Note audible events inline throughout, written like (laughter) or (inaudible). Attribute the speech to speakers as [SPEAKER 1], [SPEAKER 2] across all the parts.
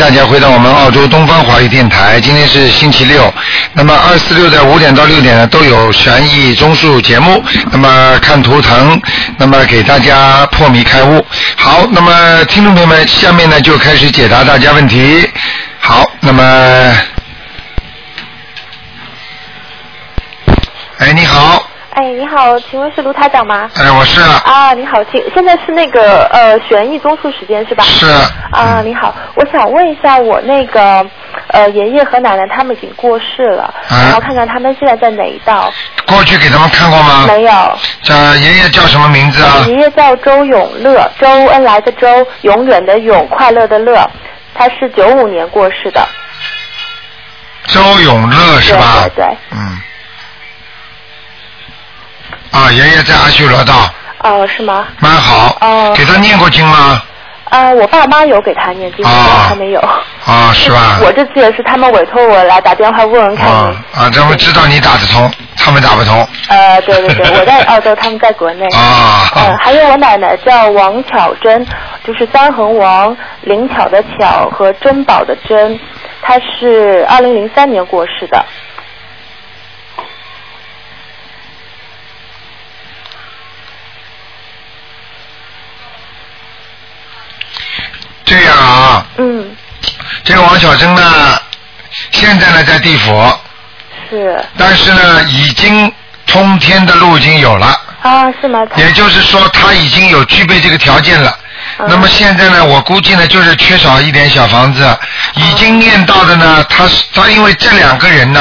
[SPEAKER 1] 大家回到我们澳洲东方华语电台。今天是星期六，那么二四六在五点到六点呢都有悬疑综述节目，那么看图腾，那么给大家破迷开悟。好，那么听众朋友们，下面呢就开始解答大家问题。好，那么，哎，你好，
[SPEAKER 2] 哎，你好，请问是卢台长吗？
[SPEAKER 1] 哎，我是
[SPEAKER 2] 啊，你好，请现在是那个呃悬疑综述时间是吧？
[SPEAKER 1] 是，
[SPEAKER 2] 啊，你好，我想问一下，我那个呃爷爷和奶奶他们已经过世了，
[SPEAKER 1] 啊
[SPEAKER 2] 然后看看他们现在在哪一道？
[SPEAKER 1] 过去给他们看过吗？
[SPEAKER 2] 没有。
[SPEAKER 1] 这爷爷叫什么名字啊？
[SPEAKER 2] 爷爷叫周永乐，周恩来的周，永远的永，快乐的乐，他是九五年过世的，
[SPEAKER 1] 周永乐是吧？
[SPEAKER 2] 对对对
[SPEAKER 1] 嗯。啊，爷爷在阿修罗道，
[SPEAKER 2] 哦、是吗？
[SPEAKER 1] 蛮好。
[SPEAKER 2] 哦
[SPEAKER 1] 给他念过经吗？
[SPEAKER 2] 啊，我爸妈有给他念经，我
[SPEAKER 1] 啊
[SPEAKER 2] 他没有。
[SPEAKER 1] 啊，是吧？
[SPEAKER 2] 我这次也是他们委托我来打电话问问看
[SPEAKER 1] 啊啊，他们知道你打得通，他们打不通。
[SPEAKER 2] 呃，对对对，我在澳洲，他们在国内。
[SPEAKER 1] 啊
[SPEAKER 2] 呃，还有我奶奶叫王巧珍，就是三横王、灵巧的巧和珍宝的珍，她是二零零三年过世的。
[SPEAKER 1] 这样啊，
[SPEAKER 2] 嗯，
[SPEAKER 1] 这个王小珍呢，现在呢在地府，
[SPEAKER 2] 是
[SPEAKER 1] 但是呢已经通天的路已经有了，
[SPEAKER 2] 啊，是吗？
[SPEAKER 1] 也就是说他已经有具备这个条件了。
[SPEAKER 2] 嗯
[SPEAKER 1] 那么现在呢，我估计呢，就是缺少一点小房子，已
[SPEAKER 2] 嗯
[SPEAKER 1] 经念到的呢，他是他因为这两个人呢，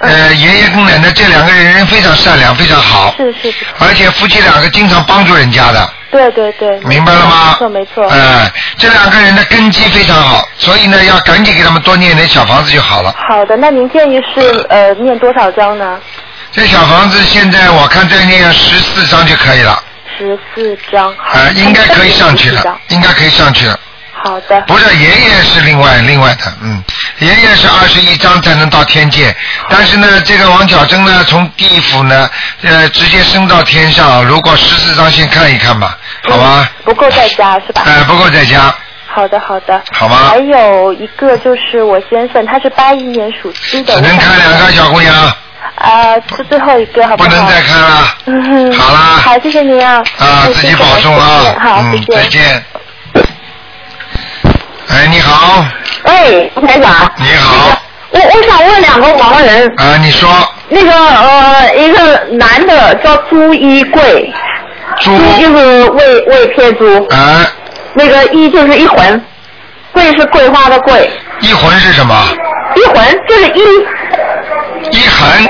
[SPEAKER 2] 嗯
[SPEAKER 1] 呃，爷爷跟奶奶这两个人人非常善良，非常好，
[SPEAKER 2] 是是不错，
[SPEAKER 1] 而且夫妻两个经常帮助人家的，
[SPEAKER 2] 对对对，
[SPEAKER 1] 明白了吗
[SPEAKER 2] 没错没错，
[SPEAKER 1] 哎，这两个人的根基非常好，所以呢，要赶紧给他们多念点小房子就好了。
[SPEAKER 2] 好的，那您建议是呃念多少章呢？
[SPEAKER 1] 这小房子现在我看再念十四张就可以了，
[SPEAKER 2] 十四章。好
[SPEAKER 1] 呃，应该可以上去
[SPEAKER 2] 14
[SPEAKER 1] 了
[SPEAKER 2] 章，
[SPEAKER 1] 应该可以上去了。
[SPEAKER 2] 好的， (laughs)
[SPEAKER 1] 不是，爷爷是另外另外的，嗯，爷爷是二十一章才能到天界，但是呢，这个王巧珍呢，从地府呢，呃，直接升到天上，如果十四章先看一看吧，
[SPEAKER 2] 嗯
[SPEAKER 1] 好吧？
[SPEAKER 2] 不够在家是吧？
[SPEAKER 1] 哎、不够在家，
[SPEAKER 2] 好的，好的。
[SPEAKER 1] 好吧
[SPEAKER 2] 还有一个就是我先生，他是八一年属鸡的。
[SPEAKER 1] 只能看两个小姑娘，
[SPEAKER 2] 啊，这最后一个好
[SPEAKER 1] 不
[SPEAKER 2] 好？
[SPEAKER 1] 能再看了。
[SPEAKER 2] 嗯哼。
[SPEAKER 1] 好啦
[SPEAKER 2] 好，谢谢您啊。
[SPEAKER 1] 啊，
[SPEAKER 2] 哎
[SPEAKER 1] 自己保重
[SPEAKER 2] 谢谢
[SPEAKER 1] 啊，
[SPEAKER 2] 好，
[SPEAKER 1] 嗯
[SPEAKER 2] 谢，谢。
[SPEAKER 1] 再。见。哎，你好，
[SPEAKER 3] 哎，吴台长，
[SPEAKER 1] 你好，
[SPEAKER 3] 我我想问两个盲人，
[SPEAKER 1] 啊，你说
[SPEAKER 3] 那个呃，一个男的叫朱一贵，
[SPEAKER 1] 猪
[SPEAKER 3] 朱，就是魏魏撇朱，
[SPEAKER 1] 啊，
[SPEAKER 3] 那个一就是一魂，桂是桂花的桂，
[SPEAKER 1] 一魂是什么？
[SPEAKER 3] 一魂就是一
[SPEAKER 1] 一痕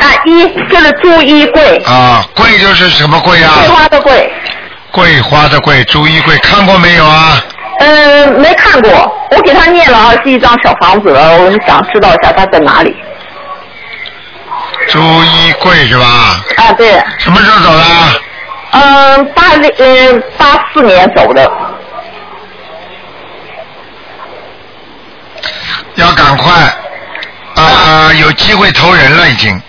[SPEAKER 3] 啊一就是朱一贵，
[SPEAKER 1] 啊，贵就是什么贵啊？
[SPEAKER 3] 桂花的桂，
[SPEAKER 1] 桂花的桂，朱一贵，看过没有啊？
[SPEAKER 3] 嗯，没看过，我给他念了二十一张小房子了，我想知道一下他在哪里。
[SPEAKER 1] 朱一贵是吧？
[SPEAKER 3] 啊，对，
[SPEAKER 1] 什么时候走的？
[SPEAKER 3] 嗯，八零嗯八四年走的，
[SPEAKER 1] 要赶快，啊，有机会投人了已经。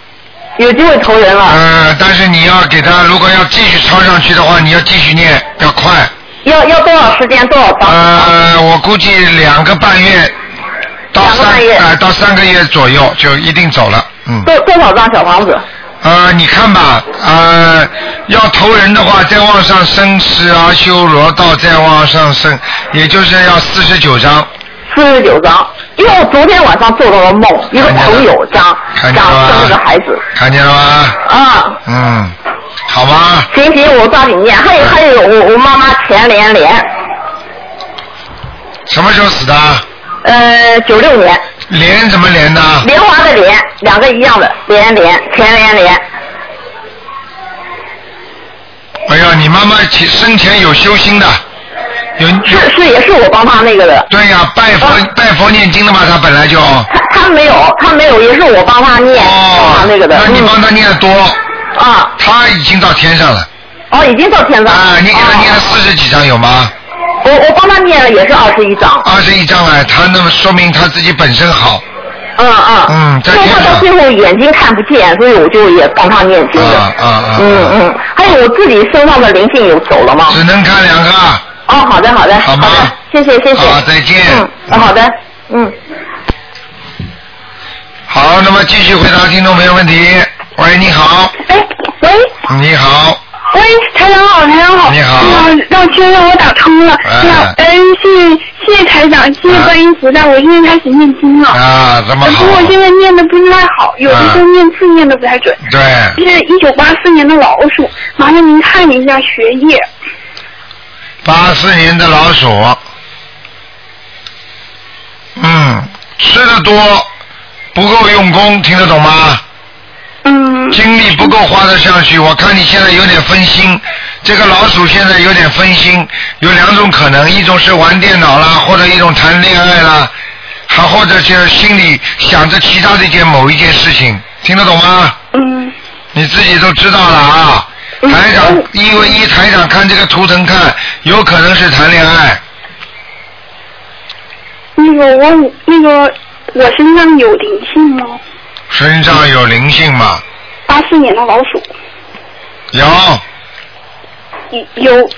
[SPEAKER 3] 有机会投人了。
[SPEAKER 1] 呃，但是你要给他，如果要继续抄上去的话，你要继续念，要快。
[SPEAKER 3] 要要多少时间？多少张？
[SPEAKER 1] 呃，我估计两个半月到
[SPEAKER 3] 两个
[SPEAKER 1] 三
[SPEAKER 3] 半月
[SPEAKER 1] 呃到三个月左右就一定走了，嗯。
[SPEAKER 3] 多多少张小房子？
[SPEAKER 1] 呃，你看吧，呃，要投人的话，再往上升是阿修罗道，再往上升，也就是要四十九章。
[SPEAKER 3] 四十九张。因为我昨天晚上做了个梦，一个朋友讲
[SPEAKER 1] 看啊
[SPEAKER 3] 讲
[SPEAKER 1] 见了吗
[SPEAKER 3] 生了个孩子。
[SPEAKER 1] 看见了吗？
[SPEAKER 3] 啊，
[SPEAKER 1] 嗯，好吗？
[SPEAKER 3] 行行，我抓紧念。
[SPEAKER 1] 嗯
[SPEAKER 3] 还有还有，我我妈妈钱连连，
[SPEAKER 1] 什么时候死的？
[SPEAKER 3] 呃，九六年，
[SPEAKER 1] 莲怎么莲呢？
[SPEAKER 3] 莲花的莲，两个一样的，连连钱连连。
[SPEAKER 1] 哎呀，你妈妈前生前有修心的，有
[SPEAKER 3] 是
[SPEAKER 1] 有。
[SPEAKER 3] 是也是我帮他那个的，
[SPEAKER 1] 对呀、拜佛、
[SPEAKER 3] 啊
[SPEAKER 1] 拜佛念经的嘛，她本来就。
[SPEAKER 3] 他他没有他没有，也是我帮他念帮
[SPEAKER 1] 哦
[SPEAKER 3] 他，那个的。
[SPEAKER 1] 你帮
[SPEAKER 3] 嗯
[SPEAKER 1] 他念的多，
[SPEAKER 3] 啊，
[SPEAKER 1] 他已经到天上了
[SPEAKER 3] 哦，已经到天上了。
[SPEAKER 1] 啊！你给他念了
[SPEAKER 3] 哦
[SPEAKER 1] 四十几章有吗？
[SPEAKER 3] 我我帮他念了也是二十一张。
[SPEAKER 1] 二十一章哎，他那么说明他自己本身好
[SPEAKER 3] 嗯嗯，
[SPEAKER 1] 嗯在
[SPEAKER 3] 因为
[SPEAKER 1] 天
[SPEAKER 3] 他
[SPEAKER 1] 上
[SPEAKER 3] 到最后眼睛看不见，所以我就也帮他念经
[SPEAKER 1] 啊
[SPEAKER 3] 了。
[SPEAKER 1] 啊啊！
[SPEAKER 3] 嗯嗯，还有我自己身上的灵性有走了吗？
[SPEAKER 1] 只能看两个，啊
[SPEAKER 3] 哦，好的好的，
[SPEAKER 1] 好
[SPEAKER 3] 好
[SPEAKER 1] 吗
[SPEAKER 3] 的，谢谢谢谢。
[SPEAKER 1] 好再见
[SPEAKER 3] 嗯，好的，嗯，
[SPEAKER 1] 好，那么继续回答听众朋友问题。喂，你好，
[SPEAKER 4] 哎，喂，
[SPEAKER 1] 你好，
[SPEAKER 4] 喂，台长好，台长好，
[SPEAKER 1] 你好
[SPEAKER 4] 让让确认让我打通了，
[SPEAKER 1] 哎嗯
[SPEAKER 4] 那嗯，谢谢谢谢台长，谢谢观音菩萨，我现在开始念经了，
[SPEAKER 1] 啊，这么
[SPEAKER 4] 呃不
[SPEAKER 1] 好嗯
[SPEAKER 4] 过，我现在念的不太好，有的时候念字念的不太准，
[SPEAKER 1] 对，
[SPEAKER 4] 这是一九八四年的老鼠，麻烦您看一下学业，
[SPEAKER 1] 八四年的老鼠，嗯，吃的多，不够用功，听得懂吗？
[SPEAKER 4] 嗯，
[SPEAKER 1] 精力不够花得上去，我看你现在有点分心。这个老鼠现在有点分心，有两种可能，一种是玩电脑啦，或者一种谈恋爱啦，还或者就是心里想着其他的一件某一件事情，听得懂吗？
[SPEAKER 4] 嗯，
[SPEAKER 1] 你自己都知道了啊。
[SPEAKER 4] 嗯
[SPEAKER 1] 台长，因为一台长看这个图腾看，有可能是谈恋爱，
[SPEAKER 4] 那个我那个我身上有灵性吗？
[SPEAKER 1] 身上有灵性嘛？
[SPEAKER 4] 八四年的老鼠，
[SPEAKER 1] 有，
[SPEAKER 4] 有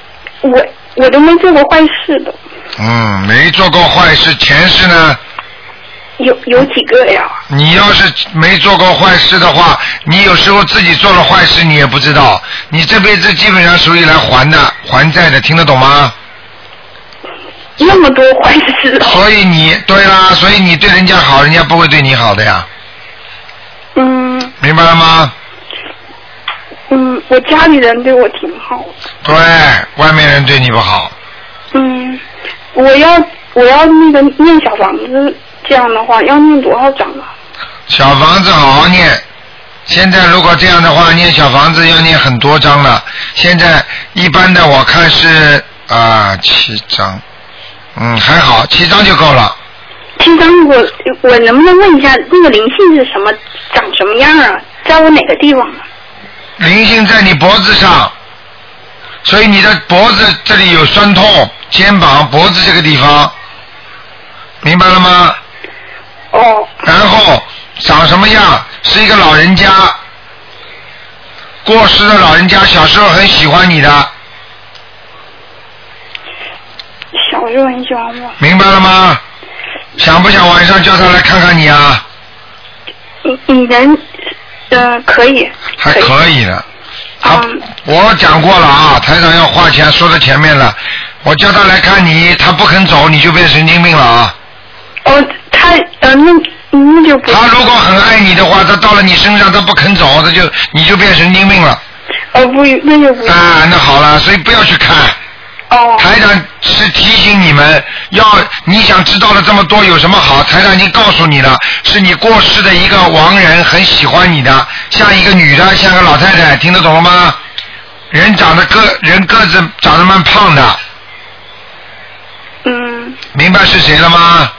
[SPEAKER 4] 我我都没做过坏事的，
[SPEAKER 1] 嗯，没做过坏事，前世呢？
[SPEAKER 4] 有有几个呀？
[SPEAKER 1] 你要是没做过坏事的话，你有时候自己做了坏事，你也不知道。你这辈子基本上属于来还的、还债的，听得懂吗？
[SPEAKER 4] 那么多坏事啊！
[SPEAKER 1] 所以你对啦，所以你对人家好，人家不会对你好的呀，
[SPEAKER 4] 嗯
[SPEAKER 1] 明白了吗？
[SPEAKER 4] 嗯，我家里人对我挺好的。
[SPEAKER 1] 对，外面人对你不好，
[SPEAKER 4] 嗯，我要我要那个念小房子，这样的话要念多少章啊？
[SPEAKER 1] 小房子好好念。现在如果这样的话，念小房子要念很多章了。现在一般的我看是啊、七章，嗯还好，七章就够了。
[SPEAKER 4] 听张，我我能不能问一下，那个灵性是什么，长什么样啊？在我哪个地方啊？
[SPEAKER 1] 灵性在你脖子上，所以你的脖子这里有酸痛，肩膀、脖子这个地方，明白了吗？
[SPEAKER 4] 哦，
[SPEAKER 1] 然后长什么样？是一个老人家，过世的老人家，小时候很喜欢你的，
[SPEAKER 4] 小时候很喜欢我。
[SPEAKER 1] 明白了吗？想不想晚上叫他来看看你啊？
[SPEAKER 4] 你你能，嗯、可以，
[SPEAKER 1] 还
[SPEAKER 4] 以。
[SPEAKER 1] 可以的。好
[SPEAKER 4] 嗯，
[SPEAKER 1] 我讲过了啊，台长要花钱，说到前面了。我叫他来看你，他不肯走，你就变神经病了啊！
[SPEAKER 4] 哦，他呃，那那就不。
[SPEAKER 1] 他如果很爱你的话，他到了你身上他不肯走，他就你就变神经病了
[SPEAKER 4] 哦不，那就不。
[SPEAKER 1] 啊！那好了，所以不要去看。
[SPEAKER 4] 哦。
[SPEAKER 1] 台长是提醒你们，要你想知道了这么多有什么好？台长已经告诉你了，是你过世的一个亡人很喜欢你的，像一个女的，像个老太太，听得懂了吗？人长得个人个子长得蛮胖的，
[SPEAKER 4] 嗯
[SPEAKER 1] 明白是谁了吗？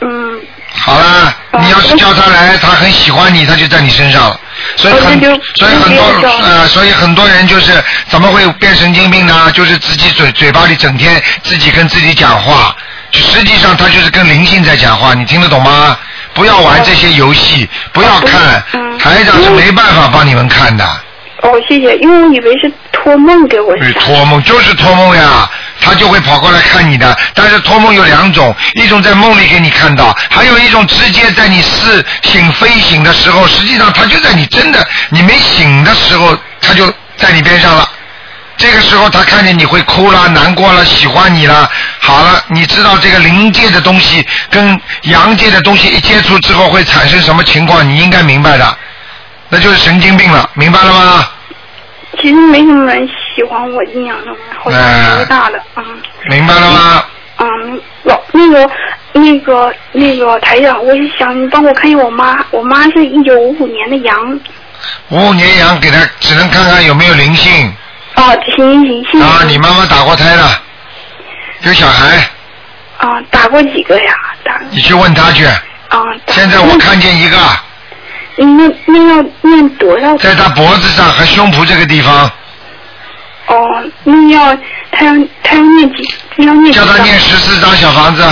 [SPEAKER 4] 嗯。
[SPEAKER 1] 好啦，
[SPEAKER 4] 嗯
[SPEAKER 1] 你要是叫他来，他很喜欢你，他就在你身上了。所以
[SPEAKER 4] 哦
[SPEAKER 1] 很
[SPEAKER 4] 那就，
[SPEAKER 1] 所以很多
[SPEAKER 4] 那就叫
[SPEAKER 1] 呃，所以很多人就是怎么会变神经病呢？就是自己嘴嘴巴里整天自己跟自己讲话，实际上他就是跟灵性在讲话，你听得懂吗？不要玩这些游戏，不要看，
[SPEAKER 4] 嗯
[SPEAKER 1] 台长是没办法帮你们看的。
[SPEAKER 4] 哦，谢谢，因为我以为是托梦给我
[SPEAKER 1] 是
[SPEAKER 4] 吓的。
[SPEAKER 1] 哎托梦，就是托梦呀，他就会跑过来看你的。但是托梦有两种，一种在梦里给你看到，还有一种直接在你似醒非醒的时候，实际上他就在你真的你没醒的时候，他就在你边上了。这个时候他看见你会哭啦、难过啦、喜欢你啦。好了，你知道这个灵界的东西跟阳界的东西一接触之后会产生什么情况，你应该明白的，那就是神经病了，明白了吗？
[SPEAKER 4] 其实没什么人喜欢我阴阳的，好像
[SPEAKER 1] 哎
[SPEAKER 4] 年纪大的，嗯
[SPEAKER 1] 明白了吗？
[SPEAKER 4] 嗯，老那个那个那个台长，我是想你帮我看一下我妈，我妈是一九五五年的羊，
[SPEAKER 1] 五五年羊给他只能看看有没有灵性
[SPEAKER 4] 啊，行行行，
[SPEAKER 1] 啊！你妈妈打过胎了，有小孩，
[SPEAKER 4] 啊打过几个呀？打
[SPEAKER 1] 你去问他去。
[SPEAKER 4] 啊打
[SPEAKER 1] 现在我看见一个
[SPEAKER 4] 嗯那那那要念多少？
[SPEAKER 1] 在他脖子上和胸脯这个地方，
[SPEAKER 4] 哦，那要他要他要念几？要念几
[SPEAKER 1] 叫
[SPEAKER 4] 张？
[SPEAKER 1] 他念十四张小房子。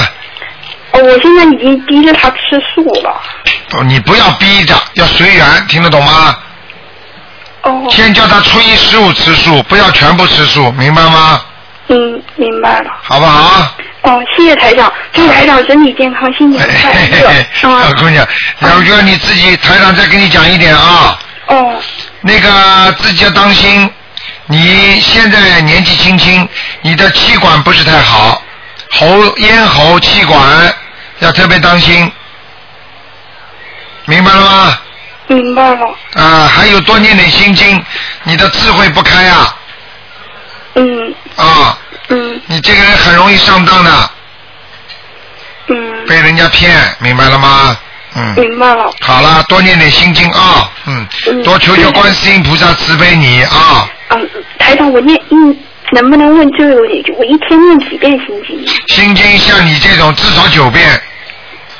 [SPEAKER 4] 哦，我现在已经逼着他吃素了。
[SPEAKER 1] 哦你不要逼着，要随缘，听得懂吗？
[SPEAKER 4] 哦嗯
[SPEAKER 1] 先叫他初一十五吃素，不要全部吃素，明白吗？
[SPEAKER 4] 嗯，明白了。
[SPEAKER 1] 好不好？
[SPEAKER 4] 嗯，谢谢台长，祝台长身体健康，
[SPEAKER 1] (laughs)
[SPEAKER 4] 新年快乐。
[SPEAKER 1] 小姑
[SPEAKER 4] 嗯，
[SPEAKER 1] 娘，小哥你自己台长再跟你讲一点啊，
[SPEAKER 4] 哦，
[SPEAKER 1] 那个自己要当心，你现在年纪轻轻，你的气管不是太好，喉咽喉气管要特别当心，明白了吗？
[SPEAKER 4] 明白了。
[SPEAKER 1] 啊，还有多念点心经，你的智慧不开啊
[SPEAKER 4] 嗯
[SPEAKER 1] 啊，
[SPEAKER 4] 嗯
[SPEAKER 1] 你这个人很容易上当的，
[SPEAKER 4] 嗯，
[SPEAKER 1] 被人家骗，明白了吗？嗯。
[SPEAKER 4] 明白了。
[SPEAKER 1] 好啦，多念点心经啊，嗯，
[SPEAKER 4] 嗯
[SPEAKER 1] 多求求观世音菩萨慈悲你啊。
[SPEAKER 4] 嗯，台长，我念一能不能问这个问题？我一天念几遍心经？啊
[SPEAKER 1] 心经像你这种至少九遍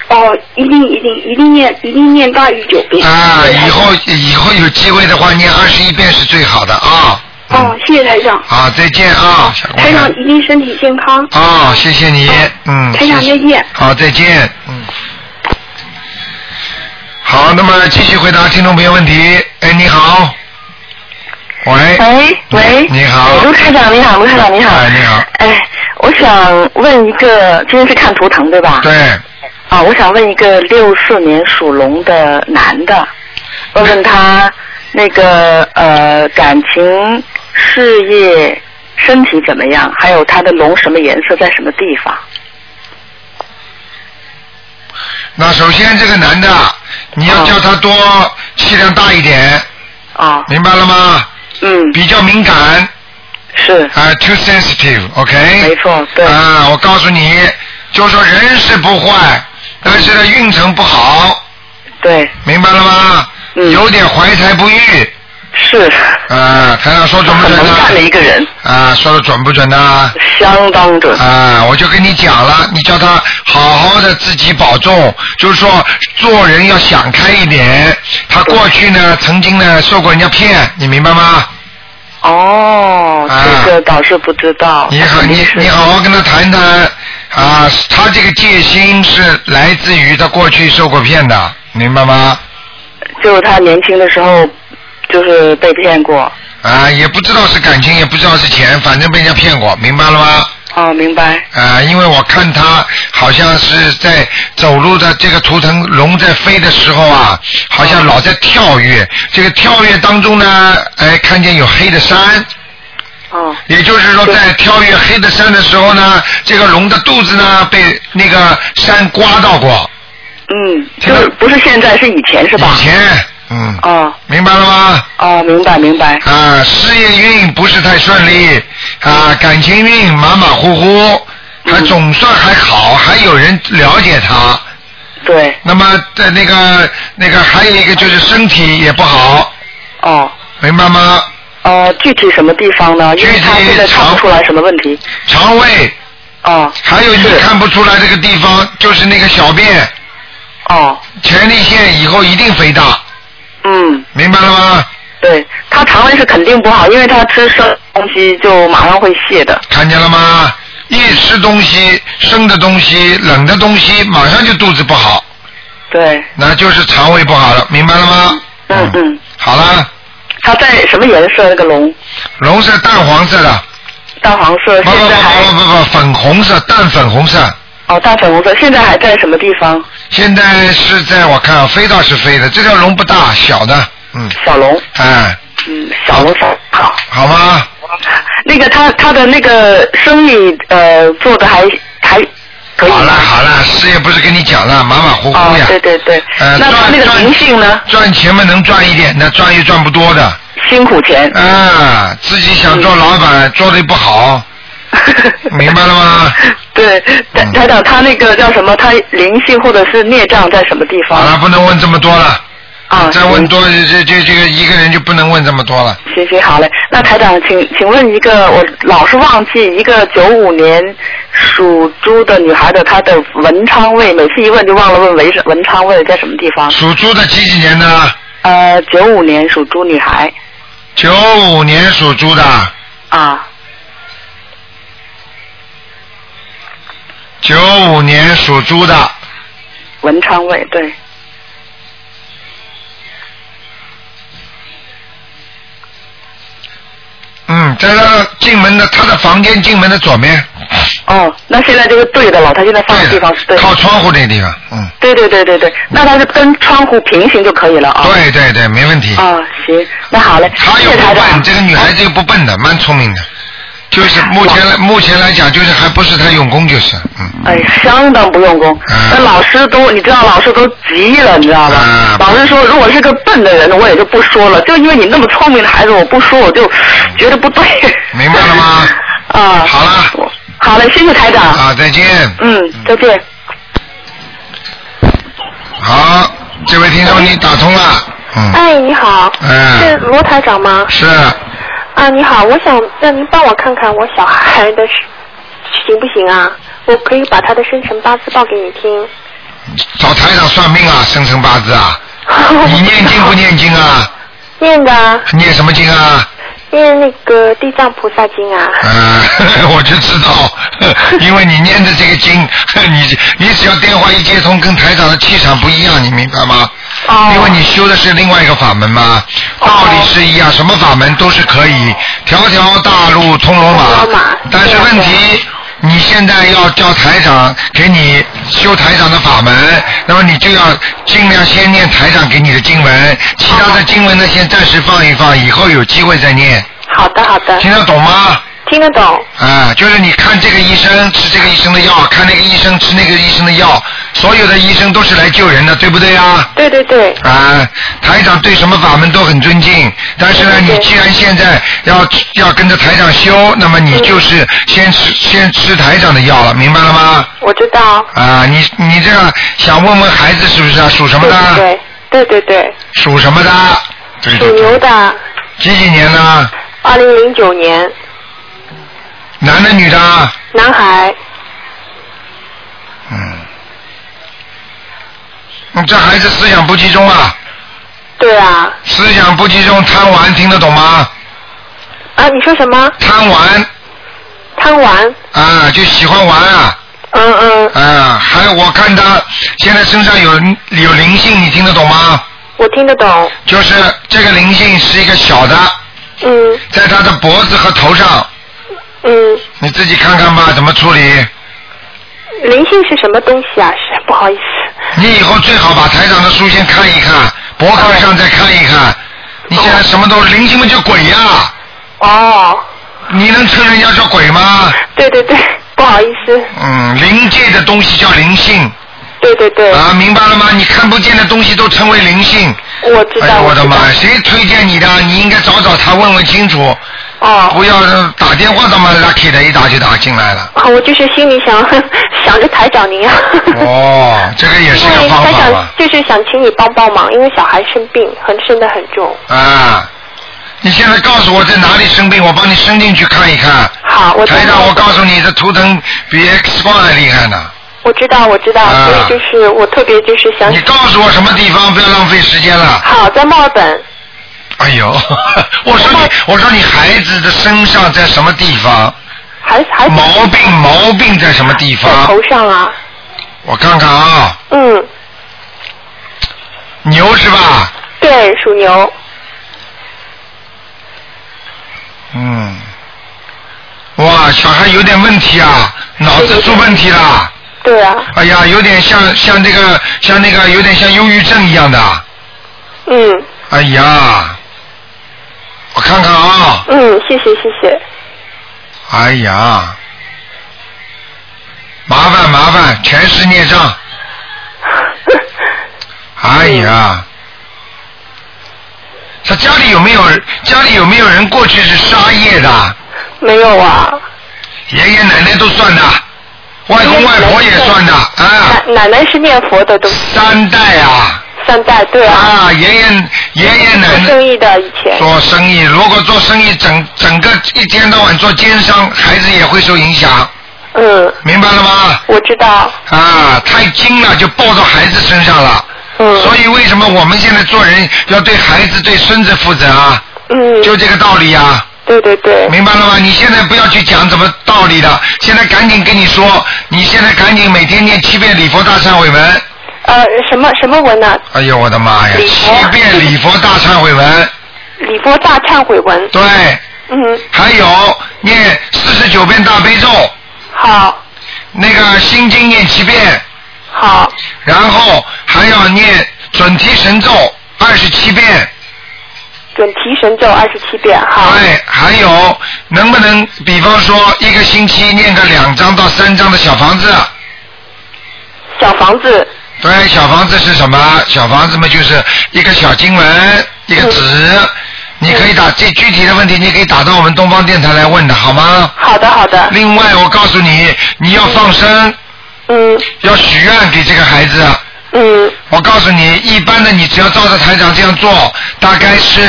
[SPEAKER 4] 哦，一定一定一定念一定念大于九 (laughs) 遍。
[SPEAKER 1] 啊，
[SPEAKER 4] 谢谢台长
[SPEAKER 1] 以后以后有机会的话，念二十一遍是最好的啊。
[SPEAKER 4] 哦
[SPEAKER 1] 嗯，，
[SPEAKER 4] 谢谢台长，
[SPEAKER 1] 好，再见啊，小姑
[SPEAKER 4] 台
[SPEAKER 1] 娘
[SPEAKER 4] 长。一定身体健康。哦
[SPEAKER 1] 啊，谢谢你，嗯。
[SPEAKER 4] 台长
[SPEAKER 1] 谢谢
[SPEAKER 4] 再见
[SPEAKER 1] 好，再见，嗯。好，那么继续回答听众朋友问题。哎，你好。喂。
[SPEAKER 3] 喂喂，
[SPEAKER 1] 哎
[SPEAKER 3] 哎
[SPEAKER 1] 你好
[SPEAKER 3] 卢台长你好，卢台长你好。
[SPEAKER 1] 哎你好
[SPEAKER 3] 哎，我想问一个，今天是看图腾对吧？。
[SPEAKER 1] 对，
[SPEAKER 3] 啊，我想问一个六四年属龙的男的，问问他那个呃感情、事业、身体怎么样，还有他的龙什么颜色，在什么地方？
[SPEAKER 1] 那首先这个男的，你要
[SPEAKER 3] 哦
[SPEAKER 1] 叫他多气量大一点，
[SPEAKER 3] 啊，
[SPEAKER 1] 明白了吗？
[SPEAKER 3] 嗯，
[SPEAKER 1] 比较敏感
[SPEAKER 3] 是，
[SPEAKER 1] 啊、t o o sensitive，OK、
[SPEAKER 3] 没错，对，
[SPEAKER 1] 啊、我告诉你，就说人是不坏，但是呢运程不好，
[SPEAKER 3] 对，
[SPEAKER 1] 明白了吗？
[SPEAKER 3] 嗯
[SPEAKER 1] 有点怀才不遇
[SPEAKER 3] 是，
[SPEAKER 1] 啊、台长说准不
[SPEAKER 3] 很
[SPEAKER 1] 准
[SPEAKER 3] 能
[SPEAKER 1] 呢？
[SPEAKER 3] 干的一个人，
[SPEAKER 1] 啊、说的准不准呢？
[SPEAKER 3] 相当准，
[SPEAKER 1] 啊，我就跟你讲了，你叫他好好的自己保重，就是说做人要想开一点。他过去呢，曾经呢受过人家骗，你明白吗？
[SPEAKER 3] 哦，
[SPEAKER 1] 啊
[SPEAKER 3] 这个倒是不知道。
[SPEAKER 1] (laughs) 你好，
[SPEAKER 3] 肯定
[SPEAKER 1] 你
[SPEAKER 3] (laughs) 是
[SPEAKER 1] 你好好跟他谈谈啊，他这个戒心是来自于他过去受过骗的，明白吗？
[SPEAKER 3] 就是他年轻的时候，就是被骗过。
[SPEAKER 1] 啊，也不知道是感情，也不知道是钱，反正被人家骗过，明白了吗？
[SPEAKER 3] 哦，明白。
[SPEAKER 1] 啊，因为我看他好像是在走路的这个图腾龙在飞的时候啊，好像老在跳跃。这个跳跃当中呢，哎，看见有黑的山，
[SPEAKER 3] 哦，
[SPEAKER 1] 也就是说在跳跃黑的山的时候呢，这个龙的肚子呢被那个山刮到过，
[SPEAKER 3] 嗯，
[SPEAKER 1] 听
[SPEAKER 3] 就
[SPEAKER 1] 到
[SPEAKER 3] 是不是现在，是以前是吧
[SPEAKER 1] 以？前，嗯，
[SPEAKER 3] 哦
[SPEAKER 1] 明白了吗？
[SPEAKER 3] 哦，明白明白。
[SPEAKER 1] 啊，事业运不是太顺利，啊，感情运马马虎虎，还
[SPEAKER 3] 嗯
[SPEAKER 1] 总算还好，还有人了解他。
[SPEAKER 3] 对，
[SPEAKER 1] 那么在那个那个还有一个就是身体也不好，
[SPEAKER 3] 哦
[SPEAKER 1] 明白吗？
[SPEAKER 3] 呃，具体什么地方呢？因为他
[SPEAKER 1] 具体
[SPEAKER 3] 现在看
[SPEAKER 1] 肠
[SPEAKER 3] 不出来什么问题。
[SPEAKER 1] 肠胃
[SPEAKER 3] 哦
[SPEAKER 1] 还有一个看不出来这个地方就是那个小便，
[SPEAKER 3] 哦，
[SPEAKER 1] 前列腺以后一定肥大，
[SPEAKER 3] 嗯，
[SPEAKER 1] 明白了吗？
[SPEAKER 3] 对他肠胃是肯定不好，因为他吃生的东西就马上会泻的。
[SPEAKER 1] 看见了吗？一吃东西生的东西、冷的东西，马上就肚子不好，
[SPEAKER 3] 对，
[SPEAKER 1] 那就是肠胃不好了，明白了吗？
[SPEAKER 3] 嗯嗯，
[SPEAKER 1] 好了，
[SPEAKER 3] 他在什么颜色？那个龙，
[SPEAKER 1] 龙是淡黄色的，
[SPEAKER 3] 淡黄色，
[SPEAKER 1] 不不不
[SPEAKER 3] 呃现在还
[SPEAKER 1] 不不不，粉红色，淡粉红色。
[SPEAKER 3] 哦，大粉红色，现在还在什么地方？
[SPEAKER 1] 现在是在我看啊，飞倒是飞的，这条龙不大，小的，嗯，
[SPEAKER 3] 小龙，
[SPEAKER 1] 哎，
[SPEAKER 3] 嗯，小龙小好。
[SPEAKER 1] 好吗？
[SPEAKER 3] 那个他他的那个生意呃做的还还可以吗。
[SPEAKER 1] 好了好了，事业不是跟你讲了，马马虎虎
[SPEAKER 3] 哦
[SPEAKER 1] 呀，。
[SPEAKER 3] 对对对。
[SPEAKER 1] 呃，
[SPEAKER 3] 那他
[SPEAKER 1] 赚
[SPEAKER 3] 那个灵
[SPEAKER 1] 赚
[SPEAKER 3] 性呢？
[SPEAKER 1] 赚钱嘛，能赚一点的，赚也赚不多的。
[SPEAKER 3] 辛苦钱。
[SPEAKER 1] 啊，自己想做老板，做的不好，呃明白了吗？
[SPEAKER 3] (laughs) 对，台
[SPEAKER 1] 嗯
[SPEAKER 3] 台长，他那个叫什么？他灵性或者是孽障在什么地
[SPEAKER 1] 好
[SPEAKER 3] 方？
[SPEAKER 1] 了，不能问这么多了，
[SPEAKER 3] 啊，
[SPEAKER 1] 再问多这这这个一个人就不能问这么多了。
[SPEAKER 3] 行行好嘞，那台长，请请问一个，我老是忘记一个九五年属猪的女孩的她的文昌位，每次一问就忘了问文文昌位在什么地方。
[SPEAKER 1] 属猪的几几年的？
[SPEAKER 3] 呃，九五年属猪女孩
[SPEAKER 1] 九五年属猪的，
[SPEAKER 3] 啊，
[SPEAKER 1] 九五年属猪的，
[SPEAKER 3] 文昌位对，
[SPEAKER 1] 嗯，在他进门的他的房间进门的左面，
[SPEAKER 3] 哦，那现在这个对的了，他现在放的哦地
[SPEAKER 1] 对啊
[SPEAKER 3] 方是对的。
[SPEAKER 1] 靠窗户那地方，嗯，
[SPEAKER 3] 对对对对对，那他是跟窗户平行就可以了啊。。
[SPEAKER 1] 对对对，没问题。
[SPEAKER 3] 啊，行，那好嘞，
[SPEAKER 1] 她
[SPEAKER 3] 谢
[SPEAKER 1] 又
[SPEAKER 3] 谢
[SPEAKER 1] 不
[SPEAKER 3] 台
[SPEAKER 1] 笨，
[SPEAKER 3] 长。
[SPEAKER 1] 这个女孩子又不笨
[SPEAKER 3] 哦
[SPEAKER 1] 的，蛮聪明的，就是目前来目前来讲，就是还不是太用功，就是，嗯，
[SPEAKER 3] 哎，相当不用功。
[SPEAKER 1] 嗯
[SPEAKER 3] 那老师都，你知道老师都急了，你知道吧？
[SPEAKER 1] 嗯
[SPEAKER 3] 老师说，如果是个笨的人，我也就不说了。就因为你那么聪明的孩子，我不说我就觉得不对。
[SPEAKER 1] 明白了吗？
[SPEAKER 3] (laughs) 啊。
[SPEAKER 1] 好了
[SPEAKER 3] 我。好嘞，谢谢台长。
[SPEAKER 1] 好，啊再见。
[SPEAKER 3] 嗯，再见。
[SPEAKER 1] 好，这位听众你打通了，嗯，
[SPEAKER 2] 哎，你好，是
[SPEAKER 1] 嗯，
[SPEAKER 2] 罗台长吗？
[SPEAKER 1] 是，
[SPEAKER 2] 啊，你好，我想让您帮我看看我小孩的是行不行啊？我可以把他的生辰八字报给你听。
[SPEAKER 1] 找台长算命啊，生辰八字啊，你念经不念经啊？
[SPEAKER 2] (laughs) 念的啊
[SPEAKER 1] 念什么经啊？
[SPEAKER 2] 念那个地藏菩萨经啊。
[SPEAKER 1] 嗯， (laughs) 我就知
[SPEAKER 2] (laughs)
[SPEAKER 1] 道，因为你念的这个经， (laughs) 你你只要电话一接通，跟台长的气场不一样，你明白吗？
[SPEAKER 2] 哦
[SPEAKER 1] 因为你修的是另外一个法门嘛，道理是一样，什么法门都是可以，条条大路通罗马。
[SPEAKER 2] 通罗马啊
[SPEAKER 1] 但是问题，你现在要叫台长给你修台长的法门，那么你就要尽量先念台长给你的经文，其他的经文呢先暂时放一放，以后有机会再念，
[SPEAKER 2] 好的，好的，
[SPEAKER 1] 听得懂吗？
[SPEAKER 2] 听得懂。
[SPEAKER 1] 啊，就是你看这个医生吃这个医生的药，看那个医生吃那个医生的药，所有的医生都是来救人的，对不对啊？
[SPEAKER 2] 对对对，
[SPEAKER 1] 啊，台长对什么法门都很尊敬，但是呢，
[SPEAKER 2] 对
[SPEAKER 1] 你
[SPEAKER 2] 对对
[SPEAKER 1] 既然现在要要跟着台长修，那么你就是先吃先吃台长的药了，明白了吗？
[SPEAKER 2] 我知道。
[SPEAKER 1] 啊，你你这个想问问孩子是不是啊？属什么
[SPEAKER 2] 对对
[SPEAKER 1] 的？
[SPEAKER 2] 对，对对对，
[SPEAKER 1] 属什么的？对
[SPEAKER 2] 属
[SPEAKER 1] 对对
[SPEAKER 2] 牛的，
[SPEAKER 1] 几几年的？
[SPEAKER 2] 二零零九年，
[SPEAKER 1] 男的女的？
[SPEAKER 2] 男孩。
[SPEAKER 1] 嗯。你这孩子思想不集中啊，
[SPEAKER 2] 对啊，
[SPEAKER 1] 思想不集中，贪玩，听得懂吗？
[SPEAKER 2] 啊，你说什么？
[SPEAKER 1] 贪玩
[SPEAKER 2] 贪玩？
[SPEAKER 1] 啊，就喜欢玩啊。
[SPEAKER 2] 嗯嗯，
[SPEAKER 1] 啊，还有我看他现在身上有有灵性，你听得懂吗？
[SPEAKER 2] 我听得懂。
[SPEAKER 1] 就是这个灵性是一个小的，
[SPEAKER 2] 嗯
[SPEAKER 1] 在他的脖子和头上，
[SPEAKER 2] 嗯，
[SPEAKER 1] 你自己看看吧，怎么处理？
[SPEAKER 2] 灵性是什么东西啊？是不好意思。
[SPEAKER 1] 你以后最好把台长的书先看一看，博客上再看一看。你现在什么都灵性嘛叫鬼呀、
[SPEAKER 2] 哦，
[SPEAKER 1] 你能称人家叫鬼吗？
[SPEAKER 2] 对对对，不好意思。
[SPEAKER 1] 嗯，灵界的东西叫灵性
[SPEAKER 2] 对对对，
[SPEAKER 1] 啊，明白了吗？你看不见的东西都称为灵性。
[SPEAKER 2] 我知
[SPEAKER 1] 哎呀，
[SPEAKER 2] 道，
[SPEAKER 1] 我
[SPEAKER 2] 知
[SPEAKER 1] 的
[SPEAKER 2] 道。
[SPEAKER 1] 妈！谁推荐你的？你应该找找他问问清楚。
[SPEAKER 2] 哦，
[SPEAKER 1] 不要打电话他妈 lucky 的一打就打进来
[SPEAKER 2] (laughs)
[SPEAKER 1] 了。
[SPEAKER 2] 啊我就是心里想 (laughs) 想着台长您啊。
[SPEAKER 1] 哦，这个也是
[SPEAKER 2] 因
[SPEAKER 1] 个
[SPEAKER 2] 为
[SPEAKER 1] 方
[SPEAKER 2] 台
[SPEAKER 1] 法
[SPEAKER 2] 长
[SPEAKER 1] 吧？
[SPEAKER 2] 就是想请你帮帮忙，因为小孩生病，很生得很重。
[SPEAKER 1] 啊，你现在告诉我在哪里生病，我帮你伸进去看一看。
[SPEAKER 2] 好，我知
[SPEAKER 1] 台
[SPEAKER 2] 道
[SPEAKER 1] 长，我告诉你，这图腾比 X 光还厉害呢。
[SPEAKER 2] 我知道，我知道，
[SPEAKER 1] 啊
[SPEAKER 2] 所以就是我特别就是想
[SPEAKER 1] 你告诉我什么地方，不要浪费时间了。
[SPEAKER 2] 好，在墨尔本，
[SPEAKER 1] 哎呦， (laughs) 我说你，我说你孩子的身上在什么地方？
[SPEAKER 2] 还还
[SPEAKER 1] 毛病毛病在什么地
[SPEAKER 2] 在
[SPEAKER 1] 方？
[SPEAKER 2] 头上啊，
[SPEAKER 1] 我看看啊，
[SPEAKER 2] 嗯，
[SPEAKER 1] 牛是吧？
[SPEAKER 2] 对，属牛，
[SPEAKER 1] 嗯，哇，小孩有点问题啊，脑子出问题了。
[SPEAKER 2] 对啊，
[SPEAKER 1] 哎呀，有点像像这个像那个有点像忧郁症一样的。
[SPEAKER 2] 嗯
[SPEAKER 1] 哎呀，我看看啊，
[SPEAKER 2] 嗯，谢谢谢谢，
[SPEAKER 1] 哎呀，麻烦麻烦，全是孽
[SPEAKER 2] (laughs)
[SPEAKER 1] 障。哎
[SPEAKER 2] 嗯
[SPEAKER 1] 呀，他家里有没有家里有没有人过去是杀业的？
[SPEAKER 2] 没有啊，
[SPEAKER 1] 爷爷奶奶都算的，外公外婆也算的啊，
[SPEAKER 2] 嗯奶奶奶是念佛的，都
[SPEAKER 1] 三代啊
[SPEAKER 2] 三代，对啊，
[SPEAKER 1] 啊，爷爷爷爷
[SPEAKER 2] 做
[SPEAKER 1] 奶奶
[SPEAKER 2] 生意的以前，
[SPEAKER 1] 做生意，如果做生意整整个一天到晚做奸商，孩子也会受影响，
[SPEAKER 2] 嗯，
[SPEAKER 1] 明白了吗？
[SPEAKER 2] 我知道，
[SPEAKER 1] 啊，太精了就报到孩子身上了，
[SPEAKER 2] 嗯
[SPEAKER 1] 所以为什么我们现在做人要对孩子对孙子负责啊？
[SPEAKER 2] 嗯，
[SPEAKER 1] 就这个道理啊。
[SPEAKER 2] 对对对，
[SPEAKER 1] 明白了吗？你现在不要去讲什么道理了，现在赶紧跟你说，你现在赶紧每天念七遍礼佛大忏悔文。
[SPEAKER 2] 呃，什么什么文呢、啊
[SPEAKER 1] 哎呦我的妈呀！
[SPEAKER 2] 礼佛
[SPEAKER 1] 七遍礼佛大忏悔文，
[SPEAKER 2] 礼佛大忏悔文，
[SPEAKER 1] 对，
[SPEAKER 5] 嗯，
[SPEAKER 1] 还有念四十九遍大悲咒，
[SPEAKER 5] 好，
[SPEAKER 1] 那个心经念七遍，
[SPEAKER 5] 好，
[SPEAKER 1] 然后还要念准提神咒二十七遍。
[SPEAKER 5] 准提神咒二十七遍，好，
[SPEAKER 1] 对，哎还有能不能比方说一个星期念个两张到三张的小房子？
[SPEAKER 5] 小房子，
[SPEAKER 1] 对，小房子是什么？小房子嘛，就是一个小经文，一个纸。你可以打这具体的问题，你可以打到我们东方电台来问的，好吗？
[SPEAKER 5] 好的，好的，
[SPEAKER 1] (laughs) 另外，我告诉你，你要放生，
[SPEAKER 5] 嗯
[SPEAKER 1] 要许愿给这个孩子。
[SPEAKER 5] 嗯，
[SPEAKER 1] 我告诉你，一般的你只要照着台长这样做，大概是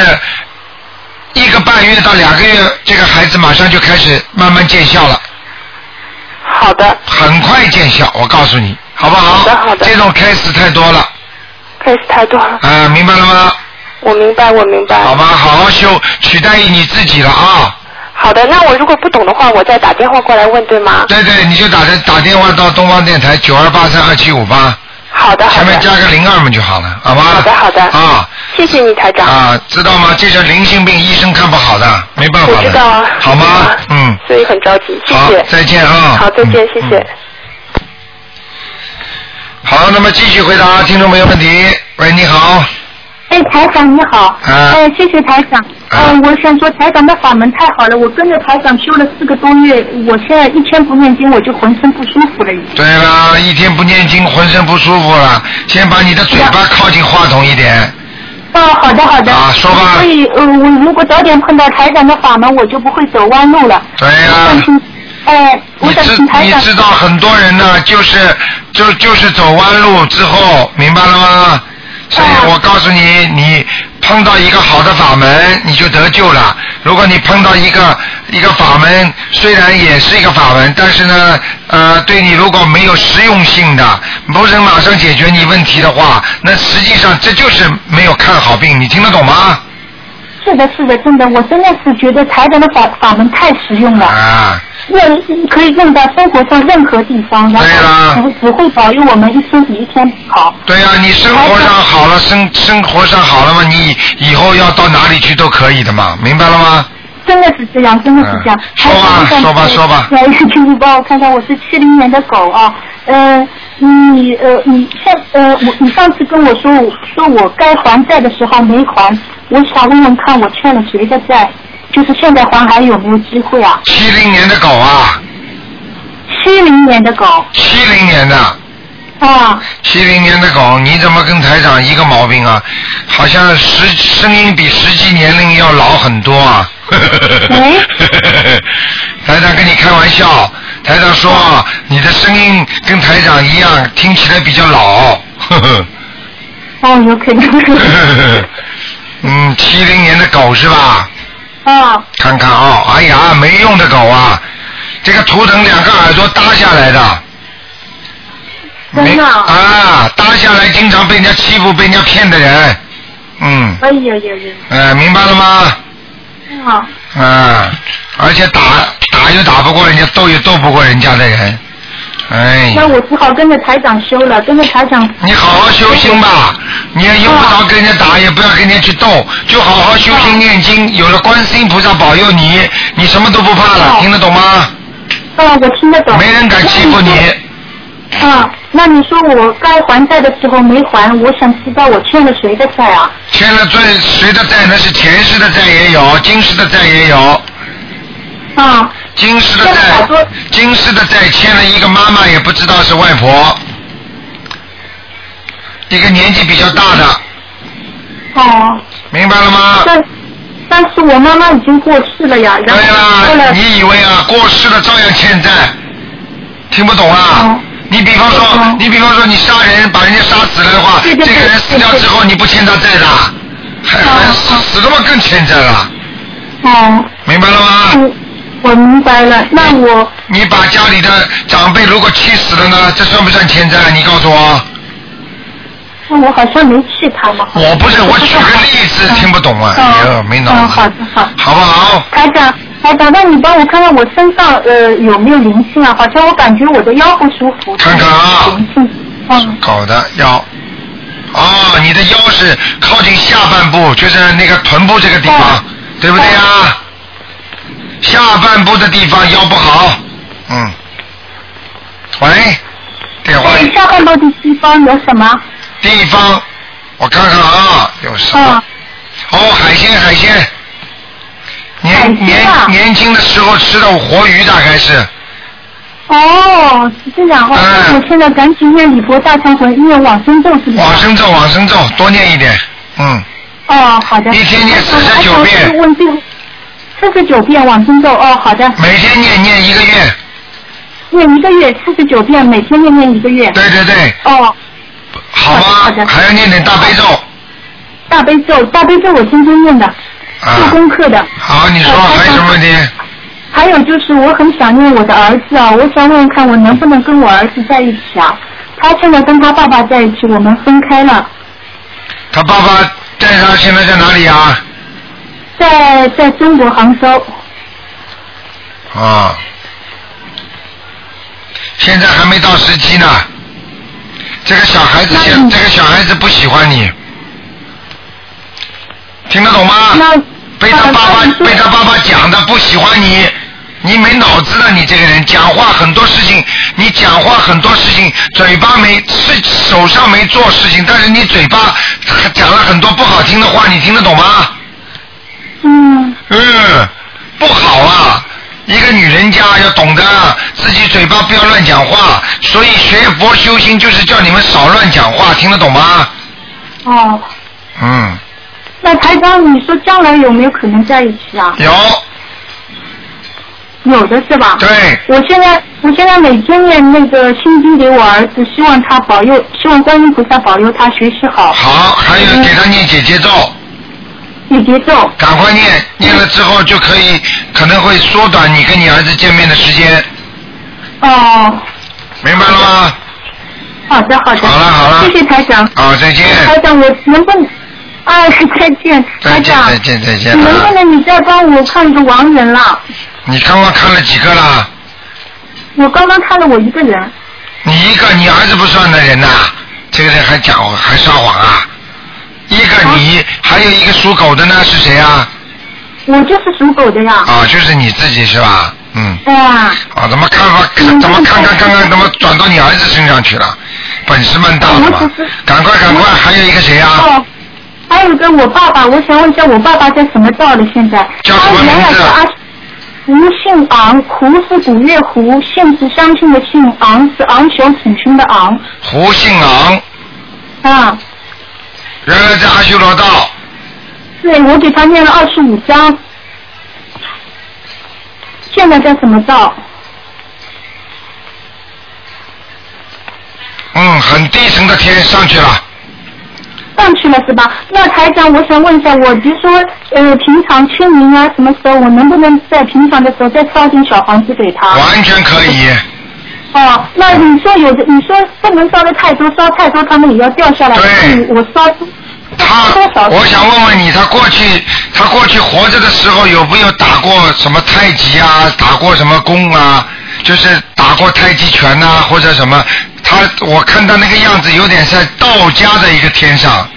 [SPEAKER 1] 一个半月到两个月，这个孩子马上就开始慢慢见效了，
[SPEAKER 5] 好的，
[SPEAKER 1] 很快见效。我告诉你，好不好？
[SPEAKER 5] 好的好的
[SPEAKER 1] 这种 case 太多了，
[SPEAKER 5] 开始太多了
[SPEAKER 1] 啊、，明白了吗？
[SPEAKER 5] 我明白，我明白。
[SPEAKER 1] 好吧，好好修，取代于你自己了啊！
[SPEAKER 5] 好的，那我如果不懂的话，我再打电话过来问，对吗？
[SPEAKER 1] 对对，你就打着打电话到东方电台九二八三二七五八，
[SPEAKER 5] 好的，好
[SPEAKER 1] 前面
[SPEAKER 5] 的，
[SPEAKER 1] 加个零二嘛就好了，好吧？
[SPEAKER 5] 好的好的
[SPEAKER 1] 啊
[SPEAKER 5] 谢谢你，台长。
[SPEAKER 1] 啊，知道吗？这叫灵性病，医生看不好的，没办法
[SPEAKER 5] 我
[SPEAKER 1] 的。
[SPEAKER 5] 知道啊，
[SPEAKER 1] 好
[SPEAKER 5] 我知
[SPEAKER 1] 吗
[SPEAKER 5] 道啊？
[SPEAKER 1] 嗯。
[SPEAKER 5] 所以很着急，谢
[SPEAKER 1] 好
[SPEAKER 5] 谢，。
[SPEAKER 1] 再见啊！
[SPEAKER 5] 好，再见
[SPEAKER 1] 嗯，
[SPEAKER 5] 谢谢
[SPEAKER 1] 嗯。好，那么继续回答听众朋友问题。喂，你好。
[SPEAKER 6] 哎，台长你好。
[SPEAKER 1] 啊
[SPEAKER 6] 哎，谢谢台长。
[SPEAKER 1] 啊
[SPEAKER 6] 嗯，我想说台长的法门太好了，我跟着台长修了四个多月，我现在一天不念经，我就浑身不舒服了已经。
[SPEAKER 1] 对了，一天不念经，浑身不舒服了。先把你的嘴巴靠近话筒一点。
[SPEAKER 6] 哦，好的好的。
[SPEAKER 1] 啊说吧
[SPEAKER 6] 所以呃，我如果早点碰到台长的法门，我就不会走弯路了。
[SPEAKER 1] 对
[SPEAKER 6] 我
[SPEAKER 1] 呀、
[SPEAKER 6] 想请，哎，我
[SPEAKER 1] 啊你
[SPEAKER 6] 想
[SPEAKER 1] 知
[SPEAKER 6] 请台
[SPEAKER 1] 你
[SPEAKER 6] 长。
[SPEAKER 1] 知道很多人呢，就是就就是走弯路之后，明白了吗？所
[SPEAKER 6] 啊
[SPEAKER 1] 以我告诉你，你碰到一个好的法门，你就得救了。如果你碰到一个一个法门，虽然也是一个法门，但是呢，呃，对你如果没有实用性的，不能马上解决你问题的话，那实际上这就是没有看好病。你听得懂吗？
[SPEAKER 6] 是的，是的，真的，我真的是觉得台长的法法门太实用了。
[SPEAKER 1] 啊，
[SPEAKER 6] 用可以用到生活上任何地方，然
[SPEAKER 1] 对啦
[SPEAKER 6] 后只只会保佑我们一生比一天好。
[SPEAKER 1] 对呀、你生活上好了，生生活上好了嘛，你以后要到哪里去都可以的嘛，明白了吗？
[SPEAKER 6] 真的是这样，真的是这样
[SPEAKER 1] 嗯。
[SPEAKER 6] 还有
[SPEAKER 1] 说吧
[SPEAKER 6] 就是
[SPEAKER 1] 说吧说吧
[SPEAKER 6] 来，请你帮我看看，我是七零年的狗啊。呃，你呃，你上呃，我你上次跟我说，我说我该还债的时候没还，我想问问看，我欠了谁的债？就是现在还还有没有机会啊？
[SPEAKER 1] 七零年的狗啊，
[SPEAKER 6] 七零年的狗
[SPEAKER 1] 七零年的，
[SPEAKER 6] 啊，
[SPEAKER 1] 七零年的狗，你怎么跟台长一个毛病啊？好像实声音比实际年龄要老很多啊。
[SPEAKER 6] 喂
[SPEAKER 1] (laughs) 台长跟你开玩笑，台长说啊你的声音跟台长一样，听起来比较老。 (laughs)
[SPEAKER 6] 哦，有可能
[SPEAKER 1] 嗯，七零年的狗是吧？
[SPEAKER 6] 啊，
[SPEAKER 1] 看看啊、哎呀，没用的狗啊，这个图腾两个耳朵搭下来的，没
[SPEAKER 6] 真的啊
[SPEAKER 1] 啊，搭下来经常被人家欺负、被人家骗的人，嗯，
[SPEAKER 6] 哎呀呀呀，
[SPEAKER 1] 呃，明白了吗？
[SPEAKER 6] 啊，
[SPEAKER 1] 啊，而且打打又打不过人家，斗又斗不过人家的人，哎，
[SPEAKER 6] 那我只好跟着台长修了，跟着台长
[SPEAKER 1] 你好好修心吧，你也用不着跟人家
[SPEAKER 6] 啊
[SPEAKER 1] 打，也不要跟人家去斗，就好好修心念经，有了观世音菩萨保佑你，你什么都不怕了，
[SPEAKER 6] 哦
[SPEAKER 1] 听得懂吗？
[SPEAKER 6] 啊，我听得懂。
[SPEAKER 1] 没人敢欺
[SPEAKER 6] 哦
[SPEAKER 1] 负你。
[SPEAKER 6] 啊，那你说我该还债的时候没还，我想知道我欠了谁的债啊？
[SPEAKER 1] 欠了罪，谁的债呢？是前世的债也有，今世的债也有。
[SPEAKER 6] 啊，
[SPEAKER 1] 今世的
[SPEAKER 6] 欠了好
[SPEAKER 1] 债
[SPEAKER 6] 多，
[SPEAKER 1] 今世的债欠了一个妈妈，也不知道是外婆，一个年纪比较大的，
[SPEAKER 6] 哦，
[SPEAKER 1] 明白了吗？
[SPEAKER 6] 但但是我妈妈已经过世了呀，
[SPEAKER 1] 对
[SPEAKER 6] 然后过
[SPEAKER 1] 啦，哎
[SPEAKER 6] 了，
[SPEAKER 1] 你以为啊，过世了照样欠债，听不懂啊
[SPEAKER 6] 哦？
[SPEAKER 1] 你比方说
[SPEAKER 6] 哦，
[SPEAKER 1] 你比方说你杀人把人家杀死了的话，
[SPEAKER 6] 对
[SPEAKER 1] 这
[SPEAKER 6] 对
[SPEAKER 1] 个
[SPEAKER 6] 对
[SPEAKER 1] 人死掉之后你不欠他债的，还还
[SPEAKER 6] 哦
[SPEAKER 1] 死
[SPEAKER 6] 哦
[SPEAKER 1] 死了嘛更欠债了，
[SPEAKER 6] 哦，
[SPEAKER 1] 明白了吗？
[SPEAKER 6] 我我明白了，那我
[SPEAKER 1] 你把家里的长辈如果气死了呢，这算不算欠债？你告诉我。
[SPEAKER 6] 那我好像没气他嘛。
[SPEAKER 1] 我不是，我举个例子，听不懂啊，
[SPEAKER 6] 嗯
[SPEAKER 1] 哎呦，没脑子。
[SPEAKER 6] 嗯，好的好的。
[SPEAKER 1] 好不好？
[SPEAKER 6] 台长，台长，那你帮我看看我身上呃有没有灵性啊？好像我感觉我的腰不舒服。
[SPEAKER 1] 看看啊
[SPEAKER 6] 灵性，嗯，
[SPEAKER 1] 狗的腰。哦，你的腰是靠近下半部，就是那个臀部这个地方
[SPEAKER 6] 嗯，
[SPEAKER 1] 对不对啊？下半部的地方腰不好。嗯。喂，电话
[SPEAKER 6] 哎对，下半部的地方有什么？
[SPEAKER 1] 地方，我看看啊，有什么
[SPEAKER 6] 啊？，
[SPEAKER 1] 哦，海鲜海鲜。
[SPEAKER 6] 海
[SPEAKER 1] 年
[SPEAKER 6] 鲜啊
[SPEAKER 1] 年年轻的时候吃的活鱼大概是，
[SPEAKER 6] 哦，是这样哦。
[SPEAKER 1] 嗯
[SPEAKER 6] 那我现在赶紧念礼佛大忏悔，念往生咒是不是？
[SPEAKER 1] 往生咒往生咒多念一点，嗯，
[SPEAKER 6] 哦，好的。
[SPEAKER 1] 一天念49
[SPEAKER 6] 我
[SPEAKER 1] 遍
[SPEAKER 6] 还想问这个四十九遍往生咒，哦，好的，
[SPEAKER 1] 每天念念一个月，
[SPEAKER 6] 念一个月四十九遍，每天念念一个月。
[SPEAKER 1] 对对对，
[SPEAKER 6] 哦，
[SPEAKER 1] 好
[SPEAKER 6] 好
[SPEAKER 1] 吗
[SPEAKER 6] 的好？的
[SPEAKER 1] 还要念点大悲咒
[SPEAKER 6] 大悲咒，大悲咒我天天念的，做
[SPEAKER 1] 啊。
[SPEAKER 6] 功课的。
[SPEAKER 1] 好，你说
[SPEAKER 6] 呃
[SPEAKER 1] 还有什么问题？
[SPEAKER 6] 还有就是，我很想念我的儿子啊，我想问问看我能不能跟我儿子在一起啊？他现在跟他爸爸在一起，我们分开了，
[SPEAKER 1] 他爸爸在他现在在哪里啊？
[SPEAKER 6] 在在中国杭州。
[SPEAKER 1] 啊，现在还没到时机呢。这个小孩子
[SPEAKER 6] 那
[SPEAKER 1] 现，
[SPEAKER 6] 你
[SPEAKER 1] 这个小孩子不喜欢你，听得懂吗？
[SPEAKER 6] 那
[SPEAKER 1] 被他
[SPEAKER 6] 呃
[SPEAKER 1] 爸
[SPEAKER 6] 那
[SPEAKER 1] 爸
[SPEAKER 6] 你说
[SPEAKER 1] 被他爸爸讲的不喜欢你，你没脑子的，你这个人讲话很多事情，你讲话很多事情，嘴巴没是手上没做事情，但是你嘴巴讲了很多不好听的话，你听得懂吗？
[SPEAKER 6] 嗯，
[SPEAKER 1] 嗯，不好啊！一个女人家要懂得啊自己嘴巴不要乱讲话，所以学佛修心就是叫你们少乱讲话，听得懂吗？
[SPEAKER 6] 哦，
[SPEAKER 1] 嗯，
[SPEAKER 6] 那台长，你说将来有没有可能在一起啊？
[SPEAKER 1] 有，
[SPEAKER 6] 有的是吧？
[SPEAKER 1] 对，
[SPEAKER 6] 我现在我现在每天念那个心经给我儿子，希望他保佑，希望观音菩萨保佑他学习好，
[SPEAKER 1] 好，还有给他念姐姐咒，
[SPEAKER 6] 解结咒。
[SPEAKER 1] 赶快念，念了之后就可以，可能会缩短你跟你儿子见面的时间，
[SPEAKER 6] 哦，
[SPEAKER 1] 明白了吗？
[SPEAKER 6] 好的好的。
[SPEAKER 1] 好了好了
[SPEAKER 6] 谢谢台长。
[SPEAKER 1] 好，再见，
[SPEAKER 6] 台长，我能不能？啊，再见，
[SPEAKER 1] 再
[SPEAKER 6] 哎台
[SPEAKER 1] 见，
[SPEAKER 6] 长，
[SPEAKER 1] 再见，再见
[SPEAKER 6] 你能不
[SPEAKER 1] 啊！
[SPEAKER 6] 能你再帮我看一个亡人了？
[SPEAKER 1] 你刚刚看了几个了？
[SPEAKER 6] 我刚刚看了我一个人，
[SPEAKER 1] 你一个你儿子不算的人呐、这个人还讲还撒谎啊！一个
[SPEAKER 6] 啊
[SPEAKER 1] 你，还有一个属狗的呢，是谁啊？
[SPEAKER 6] 我就是属狗的呀。
[SPEAKER 1] 啊，就是你自己是吧？嗯，
[SPEAKER 6] 哎呀，
[SPEAKER 1] 啊，怎么看法？
[SPEAKER 6] 嗯
[SPEAKER 1] 怎么看看看看，怎么转到你儿子身上去了？本事蛮大的
[SPEAKER 6] 我
[SPEAKER 1] 嘛
[SPEAKER 6] 只是！
[SPEAKER 1] 赶快赶快，还有一个谁啊？
[SPEAKER 6] 嗯哦，还有一个我爸爸，我想问一下我爸爸在什么道里？现在？
[SPEAKER 1] 叫什
[SPEAKER 6] 他
[SPEAKER 1] 么
[SPEAKER 6] 原来
[SPEAKER 1] 名字
[SPEAKER 6] 是阿吴姓昂，胡是古月胡，姓是相信的姓，昂是昂首挺胸的昂。
[SPEAKER 1] 胡姓昂，
[SPEAKER 6] 啊，
[SPEAKER 1] 原来在阿修罗道，
[SPEAKER 6] 对，我给他念了二十五章。现在在什么道？
[SPEAKER 1] 嗯，很低层的天上去了。
[SPEAKER 6] 上去了是吧？那台长，我想问一下，我比如说，呃，平常清明啊，什么时候我能不能在平常的时候再烧点小房子给他？
[SPEAKER 1] 完全可以，
[SPEAKER 6] 哦，那你说有的，你说不能烧的太多，烧太多他们也要掉下来。
[SPEAKER 1] 对
[SPEAKER 6] 嗯我烧
[SPEAKER 1] (laughs) 他
[SPEAKER 6] 多少？，
[SPEAKER 1] 我想问问你，他过去他过去活着的时候有没有打过什么太极啊，打过什么功啊？就是打过太极拳呐、或者什么？他我看他那个样子有点在道家的一个天上，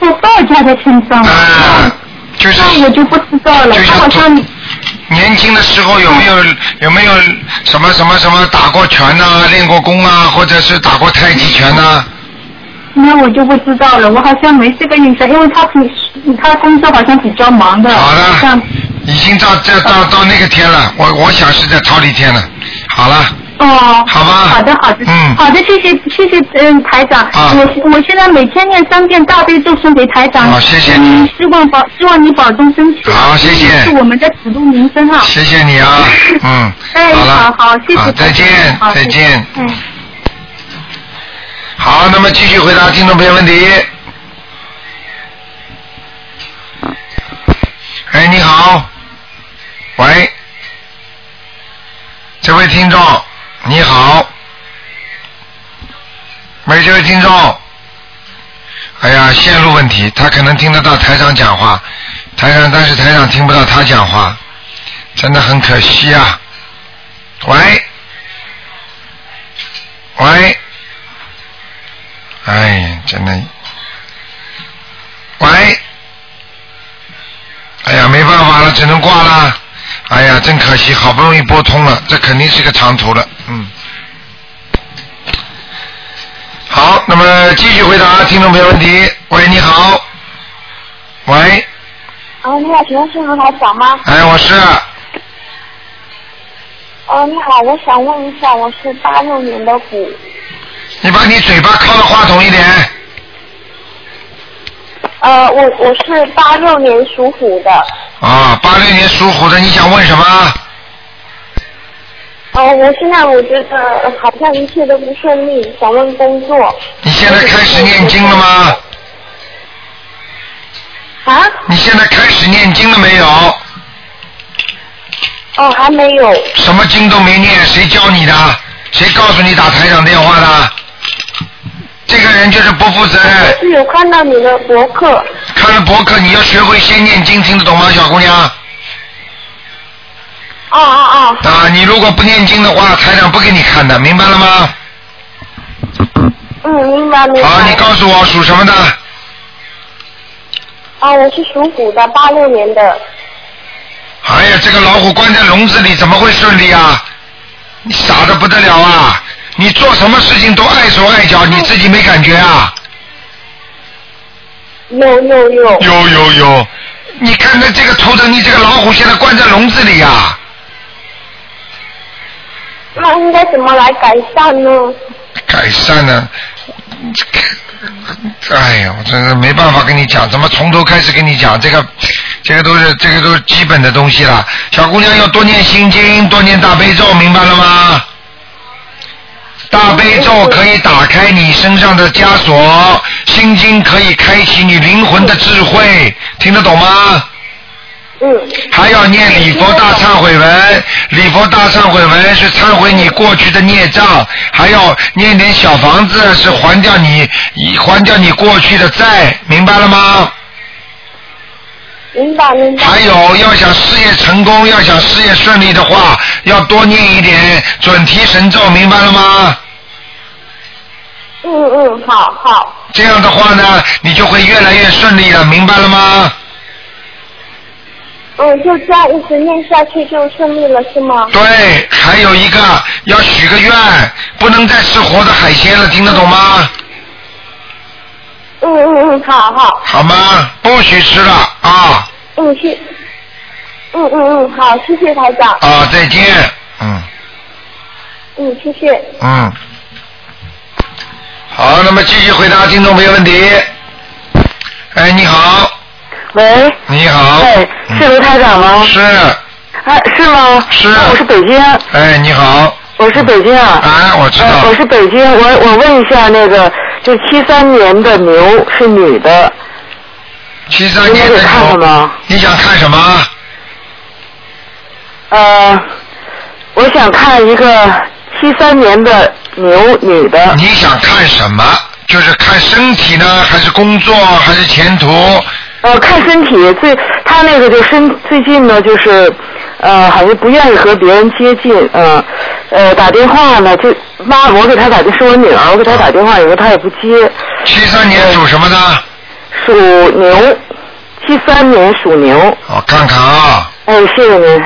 [SPEAKER 6] 在道家的身上。
[SPEAKER 1] 啊、就是
[SPEAKER 6] 那我就不知道了，
[SPEAKER 1] 就
[SPEAKER 6] 他
[SPEAKER 1] 像
[SPEAKER 6] 好像
[SPEAKER 1] 土年轻的时候有没有有没有什么什么什么打过拳呐、练过功啊，或者是打过太极拳啊呐、
[SPEAKER 6] 那我就不知道了，我好像没这个印象，因为他平他工作好像比较忙的，
[SPEAKER 1] 好了
[SPEAKER 6] 像
[SPEAKER 1] 已经到这到到那个天了，我我想是在逃离天了。好了。
[SPEAKER 6] 哦，
[SPEAKER 1] 好吧
[SPEAKER 6] 好的，好的，
[SPEAKER 1] 嗯
[SPEAKER 6] 好的，谢谢，谢谢，嗯，台长，
[SPEAKER 1] 啊
[SPEAKER 6] 我我现在每天念三遍大悲咒送给台长，
[SPEAKER 1] 哦好谢谢
[SPEAKER 6] 嗯希望保，希望你保重身体，
[SPEAKER 1] 好谢谢
[SPEAKER 6] 是我们的指路明灯啊，
[SPEAKER 1] 谢谢你啊，嗯，
[SPEAKER 6] 哎
[SPEAKER 1] 好了，
[SPEAKER 6] 好好谢谢
[SPEAKER 1] 再见，
[SPEAKER 6] 好
[SPEAKER 1] 再
[SPEAKER 6] 谢谢
[SPEAKER 1] 见，
[SPEAKER 6] 嗯，
[SPEAKER 1] 好，那么继续回答听众朋友问题。哎，你好，喂，这位听众，你好，喂，这位听众，哎呀，线路问题，他可能听得到台长讲话，台长，但是台长听不到他讲话，真的很可惜啊。喂，喂，哎，真的，喂，哎呀，没办法了，只能挂了。哎呀，真可惜，好不容易拨通了，这肯定是个长途了，嗯。好，那么继续回答听众朋友问题。喂，你好。喂，
[SPEAKER 5] 啊，你好，请问是卢台长吗？
[SPEAKER 1] 哎，我是
[SPEAKER 5] 啊，你好，我想问一下，我是八六年的虎，
[SPEAKER 1] 你把你嘴巴靠到话筒一点。
[SPEAKER 5] 呃，我我是八六年属虎的，
[SPEAKER 1] 啊，八六年属虎的，你想问什么？
[SPEAKER 5] 呃，我现在我觉得呃好像一切都不顺利，想问工作
[SPEAKER 1] 你现在开始念经了吗？
[SPEAKER 5] 啊，
[SPEAKER 1] 你现在开始念经了没有？
[SPEAKER 5] 哦，还没有，
[SPEAKER 1] 什么经都没念，谁教你的？谁告诉你打台长电话的？这个人就是不负责任。
[SPEAKER 5] 是有看到你的博客，
[SPEAKER 1] 看了博客，你要学会先念经，听得懂吗，小姑娘？
[SPEAKER 5] 哦哦哦，
[SPEAKER 1] 啊，你如果不念经的话，台长不给你看的，明白了吗？
[SPEAKER 5] 嗯，明白明白，
[SPEAKER 1] 好，你告诉我属什么的？
[SPEAKER 5] 啊，我是属虎的，八六年的，
[SPEAKER 1] 哎呀，这个老虎关在笼子里，怎么会顺利啊？你傻的不得了啊！你做什么事情都碍手碍脚，你自己没感觉啊？
[SPEAKER 5] 有有有，
[SPEAKER 1] 有有有，你看看这个头疼，你这个老虎现在关在笼子里呀、啊
[SPEAKER 5] 那应该怎么来改善呢？
[SPEAKER 1] 改善呢？哎呀，我真是没办法跟你讲，怎么从头开始跟你讲这个，这个都是这个都是基本的东西了。小姑娘要多念心经，多念大悲咒，明白了吗？大悲咒可以打开你身上的枷锁，心经可以开启你灵魂的智慧，听得懂吗？
[SPEAKER 5] 嗯，
[SPEAKER 1] 还要念礼佛大忏悔文，礼佛大忏悔文是忏悔你过去的孽障，还要念点小房子，是还掉你还掉你过去的债，明白了吗？
[SPEAKER 5] 明白明白，
[SPEAKER 1] 还有，要想事业成功，要想事业顺利的话，要多念一点准提神咒，明白了吗？
[SPEAKER 5] 嗯嗯，好好。
[SPEAKER 1] 这样的话呢，你就会越来越顺利了，明白了吗？
[SPEAKER 5] 嗯，就这样一直念下去就顺利了，是吗？
[SPEAKER 1] 对，还有一个要许个愿，不能再吃活的海鲜了，听得懂吗？
[SPEAKER 5] 嗯嗯嗯，好好，
[SPEAKER 1] 好吗？不许吃了啊
[SPEAKER 5] 嗯谢，嗯嗯嗯，好，谢谢台长，
[SPEAKER 1] 啊！再见，嗯
[SPEAKER 5] 嗯谢谢。
[SPEAKER 1] 嗯。好，那么继续回答听众朋友问题。哎，你好，
[SPEAKER 3] 喂，
[SPEAKER 1] 你好，嗯
[SPEAKER 3] 哎，是卢台长吗？
[SPEAKER 1] 是，
[SPEAKER 3] 哎，是吗？
[SPEAKER 1] 是
[SPEAKER 3] 啊我是北京，
[SPEAKER 1] 哎，你好，
[SPEAKER 3] 我是北京啊。
[SPEAKER 1] 啊，我知
[SPEAKER 3] 呃
[SPEAKER 1] 道
[SPEAKER 3] 我，是北京，我我问一下那个，就七三年的牛是女的，
[SPEAKER 1] 七
[SPEAKER 3] 你
[SPEAKER 1] 三年
[SPEAKER 3] 给
[SPEAKER 1] 的
[SPEAKER 3] 看看
[SPEAKER 1] 牛，
[SPEAKER 3] 吗？
[SPEAKER 1] 你想看什么？
[SPEAKER 3] 呃，我想看一个七三年的牛女的，
[SPEAKER 1] 你想
[SPEAKER 3] 呃
[SPEAKER 1] 看什么？就是看身体呢，还是工作，还是前途？
[SPEAKER 3] 呃，看身体，最她那个就身最近呢就是，呃，好像不愿意和别人接近，呃，呃，打电话呢就妈，我给她打电，是我女儿，我给她打电话以后她也不接，
[SPEAKER 1] 七三年属什么的？
[SPEAKER 3] 属牛，七三年属牛，
[SPEAKER 1] 我看看啊，
[SPEAKER 3] 哎，谢谢您，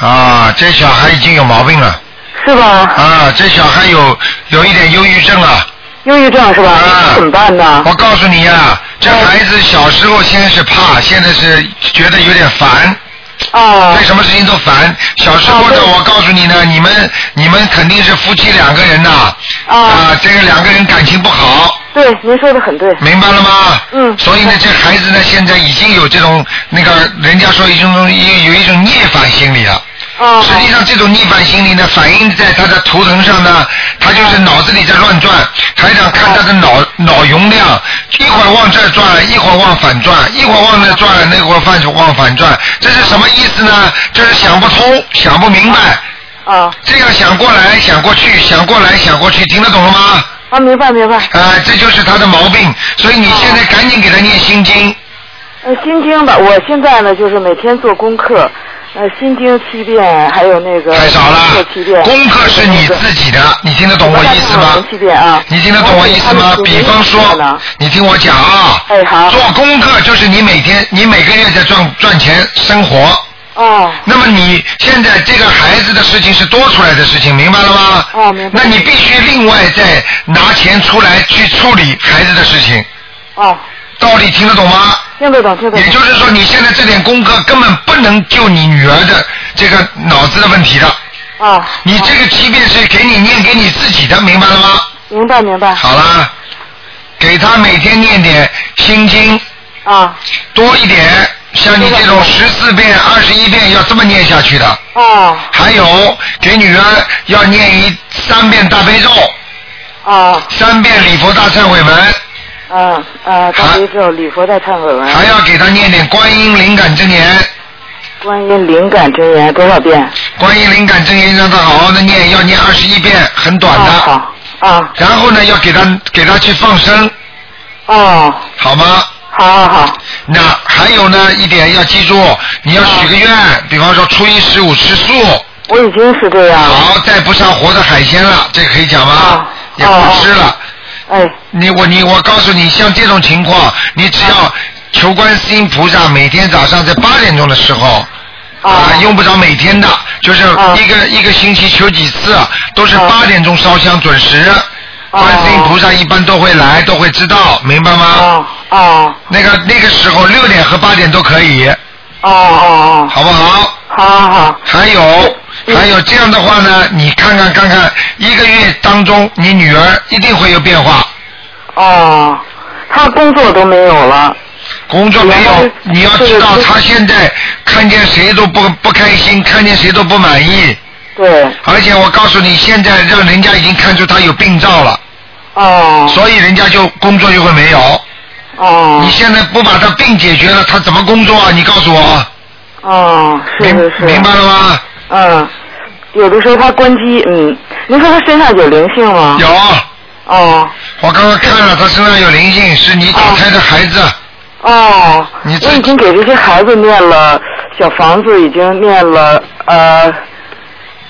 [SPEAKER 1] 啊，这小孩已经有毛病了。
[SPEAKER 3] 是吧？
[SPEAKER 1] 啊，这小孩有有一点忧郁症了。
[SPEAKER 3] 忧郁症是吧？
[SPEAKER 1] 啊
[SPEAKER 3] 那怎么办呢？
[SPEAKER 1] 我告诉你呀、这孩子小时候先是怕，现在是觉得有点烦，
[SPEAKER 3] 啊
[SPEAKER 1] 对，什么事情都烦。小时候呢，我告诉你呢，你们你们肯定是夫妻两个人呐，
[SPEAKER 3] 啊，
[SPEAKER 1] 这个两个人感情不好，
[SPEAKER 3] 对，您说的很对，
[SPEAKER 1] 明白了吗？
[SPEAKER 3] 嗯
[SPEAKER 1] 所以呢，这孩子呢，现在已经有这种那个，人家说一种有有一种逆反心理了。
[SPEAKER 3] 啊，
[SPEAKER 1] 实际上，这种逆反心理呢，反映在他的图腾上呢，他就是脑子里在乱转。台长看他的脑脑容量，一会儿往这转，一会儿往反转，一会儿往那转，那会儿反往反转，这是什么意思呢？就是想不通，想不明白，
[SPEAKER 3] 啊
[SPEAKER 1] 这样想过来，想过去，想过来，想过去，听得懂了吗？
[SPEAKER 3] 啊，明白明白，
[SPEAKER 1] 啊、这就是他的毛病。所以你现在赶紧给他念心经。
[SPEAKER 3] 呃，心经吧，我现在呢就是每天做功课，呃，心经七遍，还有那个
[SPEAKER 1] 太少
[SPEAKER 3] 功课呃七
[SPEAKER 1] 了
[SPEAKER 3] 遍，，
[SPEAKER 1] 功课是你自己的，你听得懂我意思
[SPEAKER 3] 我大
[SPEAKER 1] 吗
[SPEAKER 3] 概看了？七遍啊
[SPEAKER 1] 你听得懂我意思
[SPEAKER 3] 我
[SPEAKER 1] 吗
[SPEAKER 3] 给他？们
[SPEAKER 1] 比方
[SPEAKER 3] 读一遍呢
[SPEAKER 1] 说，你听我讲啊，
[SPEAKER 3] 哎好
[SPEAKER 1] 做功课就是你每天、你每个月在赚赚钱生活。
[SPEAKER 3] 哦
[SPEAKER 1] 那么你现在这个孩子的事情是多出来的事情，明白了吗？
[SPEAKER 3] 哦明白
[SPEAKER 1] 那你必须另外再拿钱出来去处理孩子的事情，
[SPEAKER 3] 哦，
[SPEAKER 1] 道理听得懂吗？
[SPEAKER 3] 听得懂听得懂
[SPEAKER 1] 也，就是说，你现在这点功课根本不能救你女儿的这个脑子的问题的。
[SPEAKER 3] 哦，
[SPEAKER 1] 你这个即便是给你念给你自己的，明白了吗？
[SPEAKER 3] 明白明白
[SPEAKER 1] 好啦，给他每天念点心经，
[SPEAKER 3] 啊
[SPEAKER 1] 多一点，像你这种十四遍、二十一遍要这么念下去的。
[SPEAKER 3] 哦
[SPEAKER 1] 还有，给女儿要念一三遍大悲咒，
[SPEAKER 3] 哦
[SPEAKER 1] 三遍礼佛大忏悔文，
[SPEAKER 3] 嗯呃，大悲咒、礼佛在忏悔文，
[SPEAKER 1] 还要给她念点观音灵感真言。
[SPEAKER 3] 观音灵感真言多少遍？
[SPEAKER 1] 观音灵感真言让她好好的念，要念二十一遍，很短
[SPEAKER 3] 啊
[SPEAKER 1] 的。
[SPEAKER 3] 好啊
[SPEAKER 1] 然后呢，要给她给她去放生，
[SPEAKER 3] 哦，
[SPEAKER 1] 好吗？
[SPEAKER 3] 好好好
[SPEAKER 1] 那还有呢，一点要记住，你要许个愿，比方说初一十五吃素，
[SPEAKER 3] 我已经是这样了，
[SPEAKER 1] 好，再不上活的海鲜了，这可以讲吗
[SPEAKER 3] 啊？
[SPEAKER 1] 也不吃了。
[SPEAKER 3] 哎
[SPEAKER 1] 你我你我告诉你，像这种情况，你只要求观世音菩萨，每天早上在八点钟的时候。啊，
[SPEAKER 3] 啊
[SPEAKER 1] 用不着每天的，就是
[SPEAKER 3] 啊
[SPEAKER 1] 一个、一个星期求几次，都是
[SPEAKER 3] 啊
[SPEAKER 1] 八点钟烧香准时。
[SPEAKER 3] 哦
[SPEAKER 1] 观世音菩萨一般都会来，都会知道，明白吗？
[SPEAKER 3] 哦哦
[SPEAKER 1] 那个那个时候六点和八点都可以，
[SPEAKER 3] 哦哦哦，
[SPEAKER 1] 好不好？
[SPEAKER 3] 好好好
[SPEAKER 1] 还有
[SPEAKER 3] 嗯
[SPEAKER 1] 还有这样的话呢，你看看看看，一个月当中你女儿一定会有变化，
[SPEAKER 3] 哦，他工作都没有了，
[SPEAKER 1] 工作没
[SPEAKER 3] 嗯
[SPEAKER 1] 有，你要知道她现在看见谁都不不开心，看见谁都不满意，
[SPEAKER 3] 对，
[SPEAKER 1] 而且我告诉你，现在让人家已经看出她有病灶了，
[SPEAKER 3] 哦
[SPEAKER 1] 所以人家就工作就会没有。
[SPEAKER 3] 哦
[SPEAKER 1] 你现在不把她病解决了，她怎么工作啊？你告诉我，
[SPEAKER 3] 哦，是
[SPEAKER 1] 明
[SPEAKER 3] 是是，
[SPEAKER 1] 明白了吗？
[SPEAKER 3] 嗯，有的时候他关机，嗯，您说他身上有灵性吗？。
[SPEAKER 1] 有，
[SPEAKER 3] 哦
[SPEAKER 1] 我刚刚看了，她身上有灵性，是你
[SPEAKER 3] 啊
[SPEAKER 1] 打胎的孩子。
[SPEAKER 3] 哦，
[SPEAKER 1] 你自
[SPEAKER 3] 我已经给这些孩子念了小房子，已经念了呃，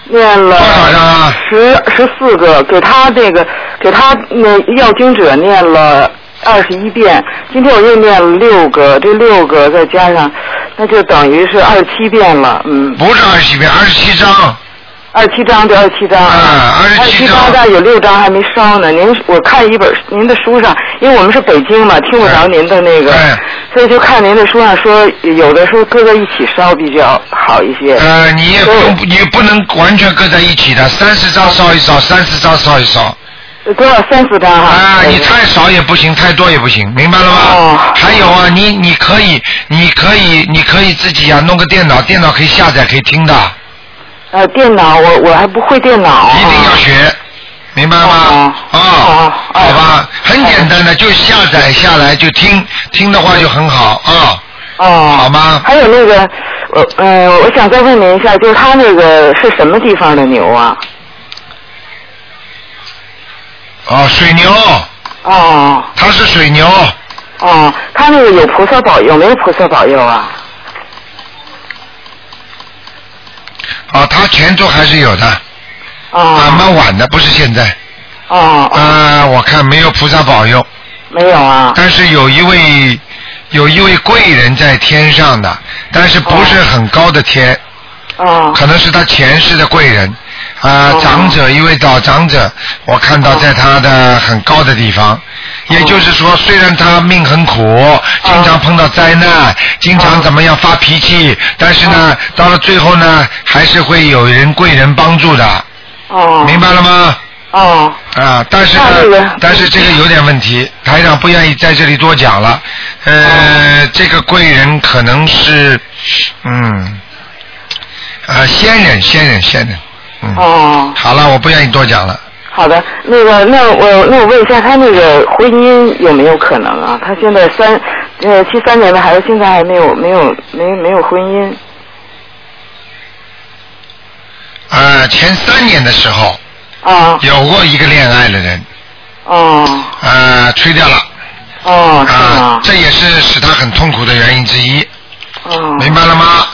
[SPEAKER 3] 念了
[SPEAKER 1] 多少张啊
[SPEAKER 3] 十十四个，给他这个给他那要经者念了。二十一遍，今天我又念了六个，这六个再加上，那就等于是二十七遍了，嗯，
[SPEAKER 1] 不是二十遍，二十七章。
[SPEAKER 3] 二十七章对二十七章，
[SPEAKER 1] 啊27章
[SPEAKER 3] 章，但有六章还没烧呢。您我看一本您的书上，因为我们是北京嘛，听不着您的那个，
[SPEAKER 1] 哎
[SPEAKER 3] 所以就看您的书上说，有的时候搁在一起烧比较好一些。
[SPEAKER 1] 呃，你也不用，你不能完全搁在一起的，三十张烧一烧，三十张烧一烧。
[SPEAKER 3] 多少三四张哈？
[SPEAKER 1] 啊，你太少也不行，太多也不行，明白了吗？
[SPEAKER 3] 哦
[SPEAKER 1] 还有啊，你你可以，你可以，你可以自己啊，弄个电脑，电脑可以下载，可以听的，
[SPEAKER 3] 呃，电脑我我还不会电脑啊。
[SPEAKER 1] 一定要学，明白了
[SPEAKER 3] 哦
[SPEAKER 1] 吗？啊、
[SPEAKER 3] 哦哦
[SPEAKER 1] 好吧，很简单的，就下载下来就听，听的话就很好啊。
[SPEAKER 3] 哦，
[SPEAKER 1] 好吗
[SPEAKER 3] 还有那个，我呃，我想再问您一下，就是他那个是什么地方的牛啊？
[SPEAKER 1] 哦，水牛，
[SPEAKER 3] 哦
[SPEAKER 1] 它是水牛，
[SPEAKER 3] 哦，他那个有菩萨保佑没有菩萨保佑啊？
[SPEAKER 1] 啊，它泉州还是有的，
[SPEAKER 3] 哦、
[SPEAKER 1] 啊，蛮晚的，不是现在。
[SPEAKER 3] 哦哦，
[SPEAKER 1] 啊，我看没有菩萨保佑，
[SPEAKER 3] 没有啊。
[SPEAKER 1] 但是有一位有一位贵人在天上的，但是不是很高的天，
[SPEAKER 3] 哦
[SPEAKER 1] 可能是他前世的贵人。啊，
[SPEAKER 3] 哦
[SPEAKER 1] 长者一位老长者，我看到在他的很高的地方，也
[SPEAKER 3] 哦
[SPEAKER 1] 就是说，虽然他命很苦，经常碰到灾
[SPEAKER 3] 哦
[SPEAKER 1] 难，经常怎么样发脾气，但是呢，到了最后呢，还是会有人贵人帮助的，
[SPEAKER 3] 哦
[SPEAKER 1] 明白了吗？
[SPEAKER 3] 哦
[SPEAKER 1] 啊，但是
[SPEAKER 3] 那这
[SPEAKER 1] 呢
[SPEAKER 3] 个，
[SPEAKER 1] 但是这个有点问题，台长不愿意在这里多讲了。呃，
[SPEAKER 3] 哦
[SPEAKER 1] 这个贵人可能是，嗯，呃，仙人，仙人，仙人，嗯。
[SPEAKER 3] 哦，
[SPEAKER 1] 好了，我不愿意多讲了。
[SPEAKER 3] 好的，那个那我那我问一下，他那个婚姻有没有可能啊？他现在三呃七三年的孩子现在还没有没有没没有婚姻
[SPEAKER 1] 呃，前三年的时候
[SPEAKER 3] 啊
[SPEAKER 1] 有过一个恋爱的人，
[SPEAKER 3] 哦
[SPEAKER 1] 呃，吹掉了，
[SPEAKER 3] 哦是
[SPEAKER 1] 啊、
[SPEAKER 3] 吗？
[SPEAKER 1] 这也是使他很痛苦的原因之一，
[SPEAKER 3] 哦
[SPEAKER 1] 明白了吗？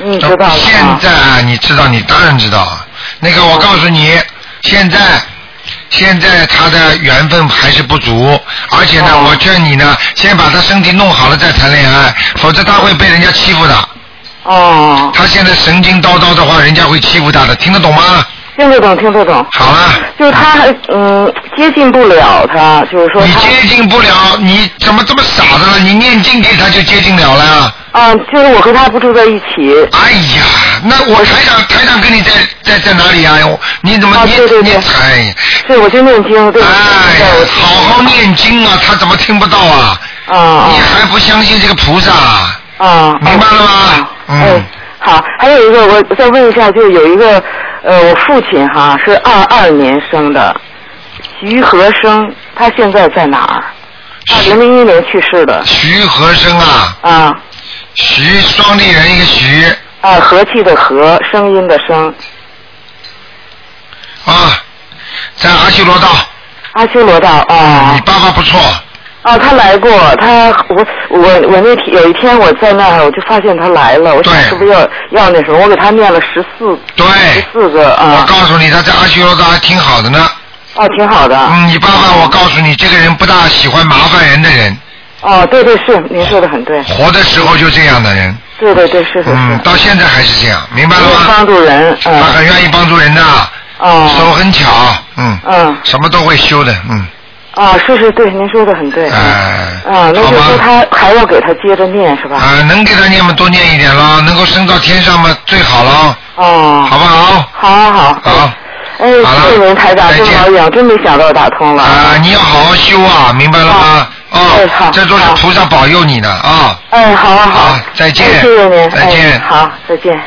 [SPEAKER 3] 你知道了
[SPEAKER 1] 现
[SPEAKER 3] 啊？
[SPEAKER 1] 在啊，你知道，你当然知道啊。那个，我告诉你，现在。现在他的缘分还是不足，而且呢，
[SPEAKER 3] 哦
[SPEAKER 1] 我劝你呢，先把他身体弄好了再谈恋爱，否则他会被人家欺负的。
[SPEAKER 3] 哦，
[SPEAKER 1] 他现在神经叨叨的话，人家会欺负他的，听得懂吗？
[SPEAKER 3] 听得懂，听得懂。
[SPEAKER 1] 好了，
[SPEAKER 3] 就是他，嗯，接近不了他，就是说
[SPEAKER 1] 你
[SPEAKER 3] 他，
[SPEAKER 1] 接近不了，你怎么这么傻的呢？你念经给他就接近了了。
[SPEAKER 3] 啊、就是我和他不住在一起，
[SPEAKER 1] 哎呀，那我台长台长跟你在在在哪里啊？我你怎么、
[SPEAKER 3] 啊
[SPEAKER 1] 你
[SPEAKER 3] 对对对
[SPEAKER 1] 你哎呀，
[SPEAKER 3] 是我就念经，对不
[SPEAKER 1] 哎
[SPEAKER 3] 对？
[SPEAKER 1] 呀
[SPEAKER 3] 我，
[SPEAKER 1] 好好念经啊，他怎么听不到啊？
[SPEAKER 3] 啊
[SPEAKER 1] 你还不相信这个菩萨？
[SPEAKER 3] 啊啊！
[SPEAKER 1] 明白了吗？
[SPEAKER 3] 哎
[SPEAKER 1] 嗯，，
[SPEAKER 3] 好，还有一个，我再问一下，就是有一个，呃，我父亲哈是二二年生的，徐和生，他现在在哪儿？二零零一年去世的，
[SPEAKER 1] 徐和生啊，
[SPEAKER 3] 啊
[SPEAKER 1] 徐双立人一个徐
[SPEAKER 3] 啊，和气的和，声音的声，
[SPEAKER 1] 啊，在阿修罗道，
[SPEAKER 3] 阿修罗道啊
[SPEAKER 1] 你爸爸不错，
[SPEAKER 3] 啊，他来过，他我我我那天有一天我在那儿，我就发现他来了，我想
[SPEAKER 1] 对
[SPEAKER 3] 是不是要要那什么？我给他念了十四
[SPEAKER 1] 对，
[SPEAKER 3] 十四个
[SPEAKER 1] 我
[SPEAKER 3] 啊，
[SPEAKER 1] 告诉你，他在阿修罗道还挺好的呢。
[SPEAKER 3] 哦，挺好的，
[SPEAKER 1] 嗯，你爸爸，我告诉你，这个人不大喜欢麻烦人的人，
[SPEAKER 3] 哦，对对是，您说的很对，
[SPEAKER 1] 活的时候就这样的人，
[SPEAKER 3] 对对对是是是。
[SPEAKER 1] 嗯，到现在还是这样，明白了吗？
[SPEAKER 3] 帮助人，
[SPEAKER 1] 他
[SPEAKER 3] 嗯，
[SPEAKER 1] 很愿意帮助人的，手
[SPEAKER 3] 哦，
[SPEAKER 1] 很巧，嗯，
[SPEAKER 3] 嗯，
[SPEAKER 1] 什么都会修的，嗯，
[SPEAKER 3] 啊，是是，对，您说的很对，嗯，
[SPEAKER 1] 哎、
[SPEAKER 3] 啊，那
[SPEAKER 1] 好
[SPEAKER 3] 就说
[SPEAKER 1] 吧，
[SPEAKER 3] 他还要给他接着念是吧？
[SPEAKER 1] 啊，能给他念嘛，多念一点咯，能够升到天上嘛，最好了，
[SPEAKER 3] 哦，
[SPEAKER 1] 好不好？
[SPEAKER 3] 好，好，好，
[SPEAKER 1] 好，
[SPEAKER 3] 哎，
[SPEAKER 1] 好了
[SPEAKER 3] 谢谢您台长，
[SPEAKER 1] 再
[SPEAKER 3] 真
[SPEAKER 1] 见
[SPEAKER 3] 保养，真没想到打通了，
[SPEAKER 1] 啊，你要好好修啊，明白了吗？
[SPEAKER 3] 哎
[SPEAKER 1] 哦
[SPEAKER 3] 好，
[SPEAKER 1] 这都是
[SPEAKER 3] 好
[SPEAKER 1] 菩萨保佑你呢啊！
[SPEAKER 3] 哎，好好
[SPEAKER 1] 好再见
[SPEAKER 3] 哎谢谢您，
[SPEAKER 1] 再见
[SPEAKER 3] 哎好，再见。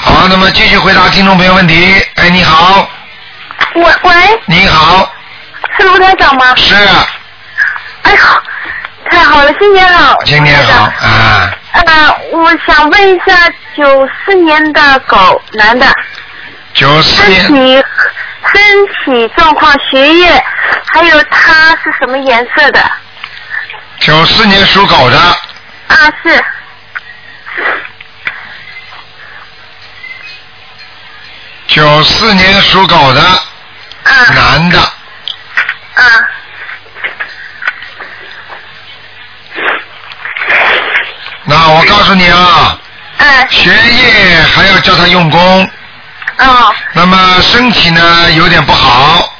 [SPEAKER 1] 好，那么继续回答听众朋友问题。哎，你好，
[SPEAKER 5] 喂喂，
[SPEAKER 1] 你好，
[SPEAKER 5] 是卢台长
[SPEAKER 4] 啊
[SPEAKER 5] 吗？
[SPEAKER 1] 是，啊
[SPEAKER 5] 哎呦，太好了，新年好！
[SPEAKER 1] 今天好
[SPEAKER 5] 卢台
[SPEAKER 1] 啊，
[SPEAKER 5] 长。呃，我想问一下，九四年的狗男的，
[SPEAKER 1] 九四
[SPEAKER 5] 身
[SPEAKER 1] 年
[SPEAKER 5] 体身体状况、学业，还有他是什么颜色的？
[SPEAKER 1] 九四年属狗的，
[SPEAKER 5] 啊，是
[SPEAKER 1] 九四年属狗的
[SPEAKER 5] 啊
[SPEAKER 1] 男的，
[SPEAKER 5] 啊，
[SPEAKER 1] 那我告诉你啊，
[SPEAKER 5] 哎
[SPEAKER 1] 学业还要叫他用功，
[SPEAKER 5] 哦，
[SPEAKER 1] 那么身体呢有点不好，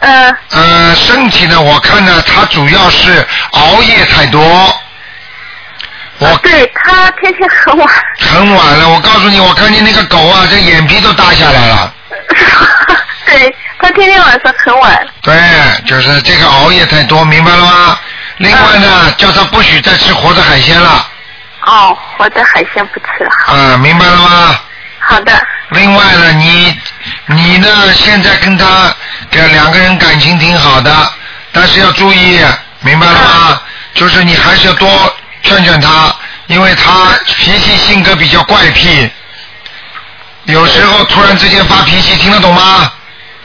[SPEAKER 5] 嗯
[SPEAKER 1] 呃，身体呢我看呢他主要是熬夜太多，我
[SPEAKER 5] 啊对他天天和我，
[SPEAKER 1] 很晚了，我告诉你，我看见那个狗啊，这眼皮都耷下来了，
[SPEAKER 5] (laughs) 对他天天晚上很晚。
[SPEAKER 1] 对，就是这个熬夜太多，明白了吗？另外呢，叫他不许再吃活的海鲜了，
[SPEAKER 5] 嗯哦，活的海鲜不吃了。
[SPEAKER 1] 啊、明白了吗？
[SPEAKER 5] 好的，
[SPEAKER 1] 另外呢，你你呢，现在跟他这两个人感情挺好的，但是要注意，明白了吗？
[SPEAKER 5] 啊
[SPEAKER 1] 就是你还是要多劝劝他，因为他脾气性格比较怪癖，有时候突然之间发脾气，听得懂吗？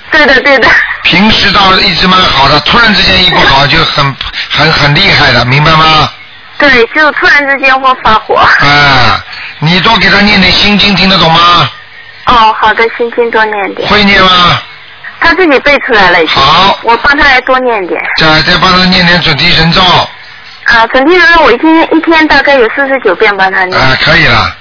[SPEAKER 5] 对的对的，
[SPEAKER 1] 平时倒一直蛮好的，突然之间一不好就很很很厉害的，明白吗？
[SPEAKER 5] 对，就突然之间会发火。
[SPEAKER 1] 啊，你多给他念点心经，听得懂吗？
[SPEAKER 5] (laughs) 哦，好的，心经多念点。
[SPEAKER 1] 会念吗？
[SPEAKER 5] 他自己背出来了已经。
[SPEAKER 1] 好
[SPEAKER 5] 我帮他来多念点。
[SPEAKER 1] 再再帮他念点准提神咒，
[SPEAKER 5] 啊，整体人我一天一天大概有四十九遍帮他念。
[SPEAKER 1] 啊，可以了，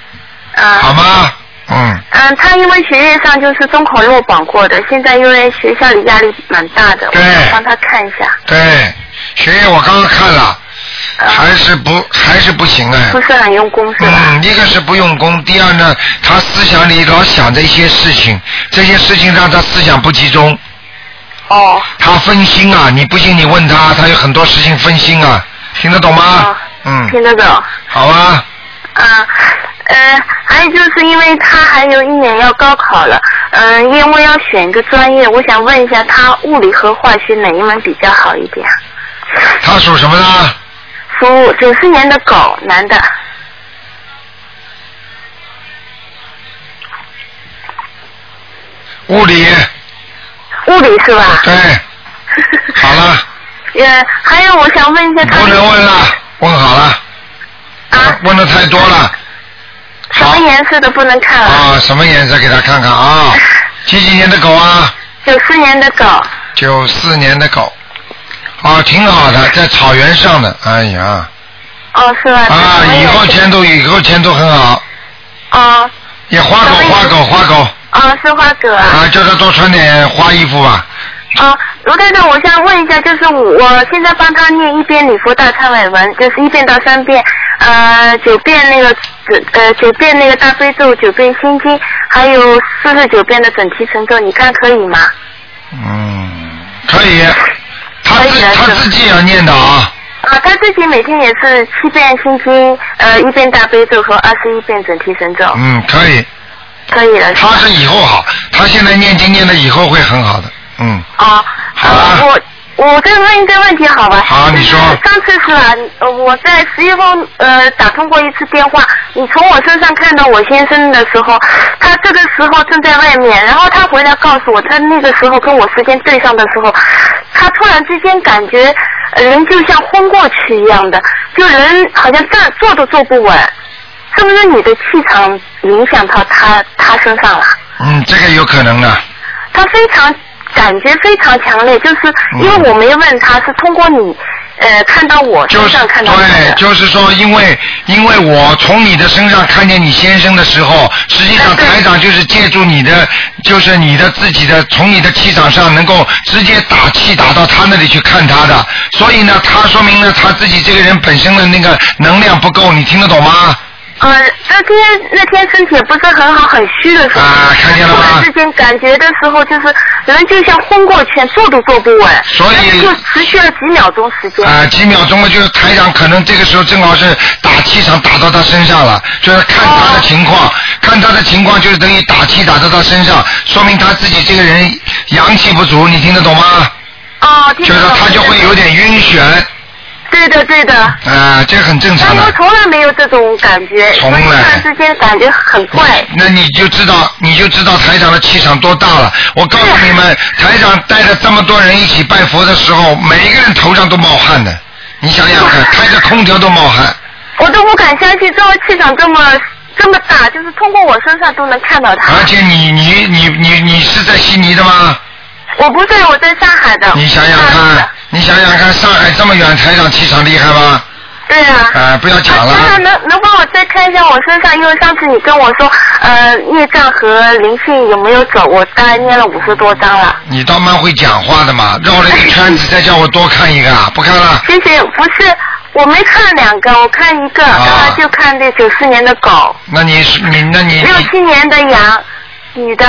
[SPEAKER 1] 好
[SPEAKER 5] 啊。
[SPEAKER 1] 吗？嗯，
[SPEAKER 5] 嗯，他因为学业上就是中考落榜过的，现在因为学校里压力蛮大的，我
[SPEAKER 1] 对
[SPEAKER 5] 想帮他看一下，
[SPEAKER 1] 对，学业我刚刚看了，
[SPEAKER 5] 啊
[SPEAKER 1] 还是不还是不行哎
[SPEAKER 5] 不。是很用功是吧？
[SPEAKER 1] 嗯，一个是不用功，第二呢，他思想里老想着一些事情，这些事情让他思想不集中，
[SPEAKER 5] 哦，
[SPEAKER 1] 他分心啊！你不信你问他，他有很多事情分心啊，听得懂吗
[SPEAKER 5] 啊？听
[SPEAKER 1] 嗯，
[SPEAKER 5] 得懂。
[SPEAKER 1] 好啊，
[SPEAKER 5] 嗯，呃，还有就是因为他还有一年要高考了，嗯、因为要选一个专业，我想问一下他物理和化学哪一门比较好一点？
[SPEAKER 1] 他属什么呢？
[SPEAKER 5] 属九四年的狗，男的。
[SPEAKER 1] 物理，
[SPEAKER 5] 物理是吧？ (laughs)
[SPEAKER 1] 对，好了，
[SPEAKER 5] 呃，还有我想问一下他
[SPEAKER 1] 不能问了，问好了，
[SPEAKER 5] 啊
[SPEAKER 1] 问的太多了，
[SPEAKER 5] 么颜色的不能看啊？
[SPEAKER 1] 啊，什么颜色给他看看
[SPEAKER 5] (laughs)
[SPEAKER 1] 啊？几几年的狗啊？
[SPEAKER 5] 九四年的狗，
[SPEAKER 1] 九四年的狗，啊，挺好的，在草原上的，哎呀，
[SPEAKER 5] 哦，是吧？
[SPEAKER 1] 啊，以后前途以后前途很好，
[SPEAKER 5] 哦，
[SPEAKER 1] 也花狗花狗花狗，
[SPEAKER 5] 哦，是花狗啊。
[SPEAKER 1] 啊，叫他多穿点花衣服吧，
[SPEAKER 5] 哦，卢队长，我想问一下，就是我现在帮他念一遍礼佛大忏悔文，就是一遍到三遍，呃，九遍那个呃九遍那个大悲咒，九遍心经，还有四十九遍的准提神咒，你看可以吗？
[SPEAKER 1] 嗯，可以，他
[SPEAKER 5] 可
[SPEAKER 1] 自
[SPEAKER 5] 以的
[SPEAKER 1] 他
[SPEAKER 5] 是
[SPEAKER 1] 自己也要念的啊，
[SPEAKER 5] 啊、他自己每天也是七遍心经，呃，一遍大悲咒和二十一遍准提神咒，
[SPEAKER 1] 嗯，可以，
[SPEAKER 5] 啊可以了。
[SPEAKER 1] 他是以后好，他现在念经念的以后会很好的，嗯，
[SPEAKER 5] 啊，
[SPEAKER 1] 好了
[SPEAKER 5] 呃我我再问一个问题好吧？
[SPEAKER 1] 好你说
[SPEAKER 5] 上次是吧？呃我在十月份呃打通过一次电话，你从我身上看到我先生的时候，他这个时候正在外面，然后他回来告诉我，他那个时候跟我时间对上的时候，他突然之间感觉呃人就像昏过去一样的，就人好像站坐都坐不稳，是不是你的气场影响到他他身上了？
[SPEAKER 1] 嗯，这个有可能的，
[SPEAKER 5] 他非常感觉非常强烈，就是
[SPEAKER 1] 嗯
[SPEAKER 5] 因为我没问他，是通过你呃看到我
[SPEAKER 1] 就
[SPEAKER 5] 身
[SPEAKER 1] 是
[SPEAKER 5] 上看到他
[SPEAKER 1] 对
[SPEAKER 5] 的，，
[SPEAKER 1] 就是说，因为因为我从你的身上看见你先生的时候，实际上
[SPEAKER 5] 对
[SPEAKER 1] 台长就是借助你的，就是你的自己的，从你的气场上能够直接打气打到他那里去看他的，所以呢，他说明了他自己这个人本身的那个能量不够，你听得懂吗？
[SPEAKER 5] 呃，那天那天身体也不是很好，很虚的时候，
[SPEAKER 1] 啊看见了吗
[SPEAKER 5] 突然之间感觉的时候，就是人就像昏过去，坐都坐不稳，
[SPEAKER 1] 所以
[SPEAKER 5] 但是就持续了几秒钟时间。
[SPEAKER 1] 啊、几秒钟了，就是台长可能这个时候正好是打气场打到他身上了，就是看他
[SPEAKER 5] 哦
[SPEAKER 1] 的情况，看他的情况就是等于打气打到他身上，说明他自己这个人阳气不足，你听得懂吗？
[SPEAKER 5] 哦，听
[SPEAKER 1] 就
[SPEAKER 5] 得
[SPEAKER 1] 是
[SPEAKER 5] 懂
[SPEAKER 1] 他就会有。点嗯晕眩，啊、
[SPEAKER 5] 对的，对的。
[SPEAKER 1] 这很正
[SPEAKER 5] 但
[SPEAKER 1] 常
[SPEAKER 5] 我
[SPEAKER 1] 的。
[SPEAKER 5] 从来没有这种感觉，
[SPEAKER 1] 从来嗯
[SPEAKER 5] 所以突然之间感觉很怪。
[SPEAKER 1] 那你就知道，你就知道台长的气场多大了。我告诉你们，台长带着这么多人一起拜佛的时候，每一个人头上都冒汗的。你想想
[SPEAKER 5] (laughs)
[SPEAKER 1] 看，开着空调都冒汗。
[SPEAKER 5] 我都不敢相信，这么气场这么这么大，就是通过我身上都能看到他。
[SPEAKER 1] 而且你你你你你是在悉尼的吗？
[SPEAKER 5] 我不是，我在上海的。
[SPEAKER 1] 你想想
[SPEAKER 5] 上海啊的
[SPEAKER 1] 看，你想想看，上海这么远，台长气场厉害吗？
[SPEAKER 5] 对啊。
[SPEAKER 1] 啊、不要讲
[SPEAKER 5] 啊
[SPEAKER 1] 了
[SPEAKER 5] 当。然能能帮我再看一下我身上，因为上次你跟我说，呃，孽障和灵性有没有走？我大概念了五十多张了。
[SPEAKER 1] 你倒蛮会讲话的嘛，绕了一个圈子，再叫我多看一个，啊，不看了。
[SPEAKER 5] 谢谢，不是，我没看两个，我看一个，
[SPEAKER 1] 啊
[SPEAKER 5] 刚才就看这九四年的狗，
[SPEAKER 1] 那你是你那你
[SPEAKER 5] 六
[SPEAKER 1] 你
[SPEAKER 5] 七年的羊，女的，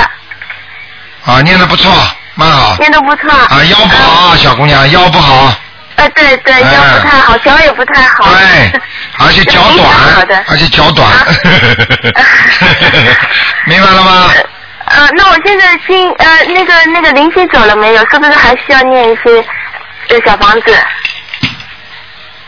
[SPEAKER 1] 啊，念的不错，蛮好。
[SPEAKER 5] 念的不错。
[SPEAKER 1] 啊，腰不好啊，小姑娘，腰不好，
[SPEAKER 5] 呃，对对，
[SPEAKER 1] 哎
[SPEAKER 5] 腰不太好，脚也不太好。
[SPEAKER 1] 对，哎而且脚
[SPEAKER 5] 非常 (laughs) 好的
[SPEAKER 1] 短，而且脚短
[SPEAKER 5] 啊，
[SPEAKER 1] (laughs) 明白了
[SPEAKER 5] (laughs)
[SPEAKER 1] 吗？
[SPEAKER 5] 呃，那我现在心呃那个那个灵性走了没有？是不是还需要念一些呃小房子？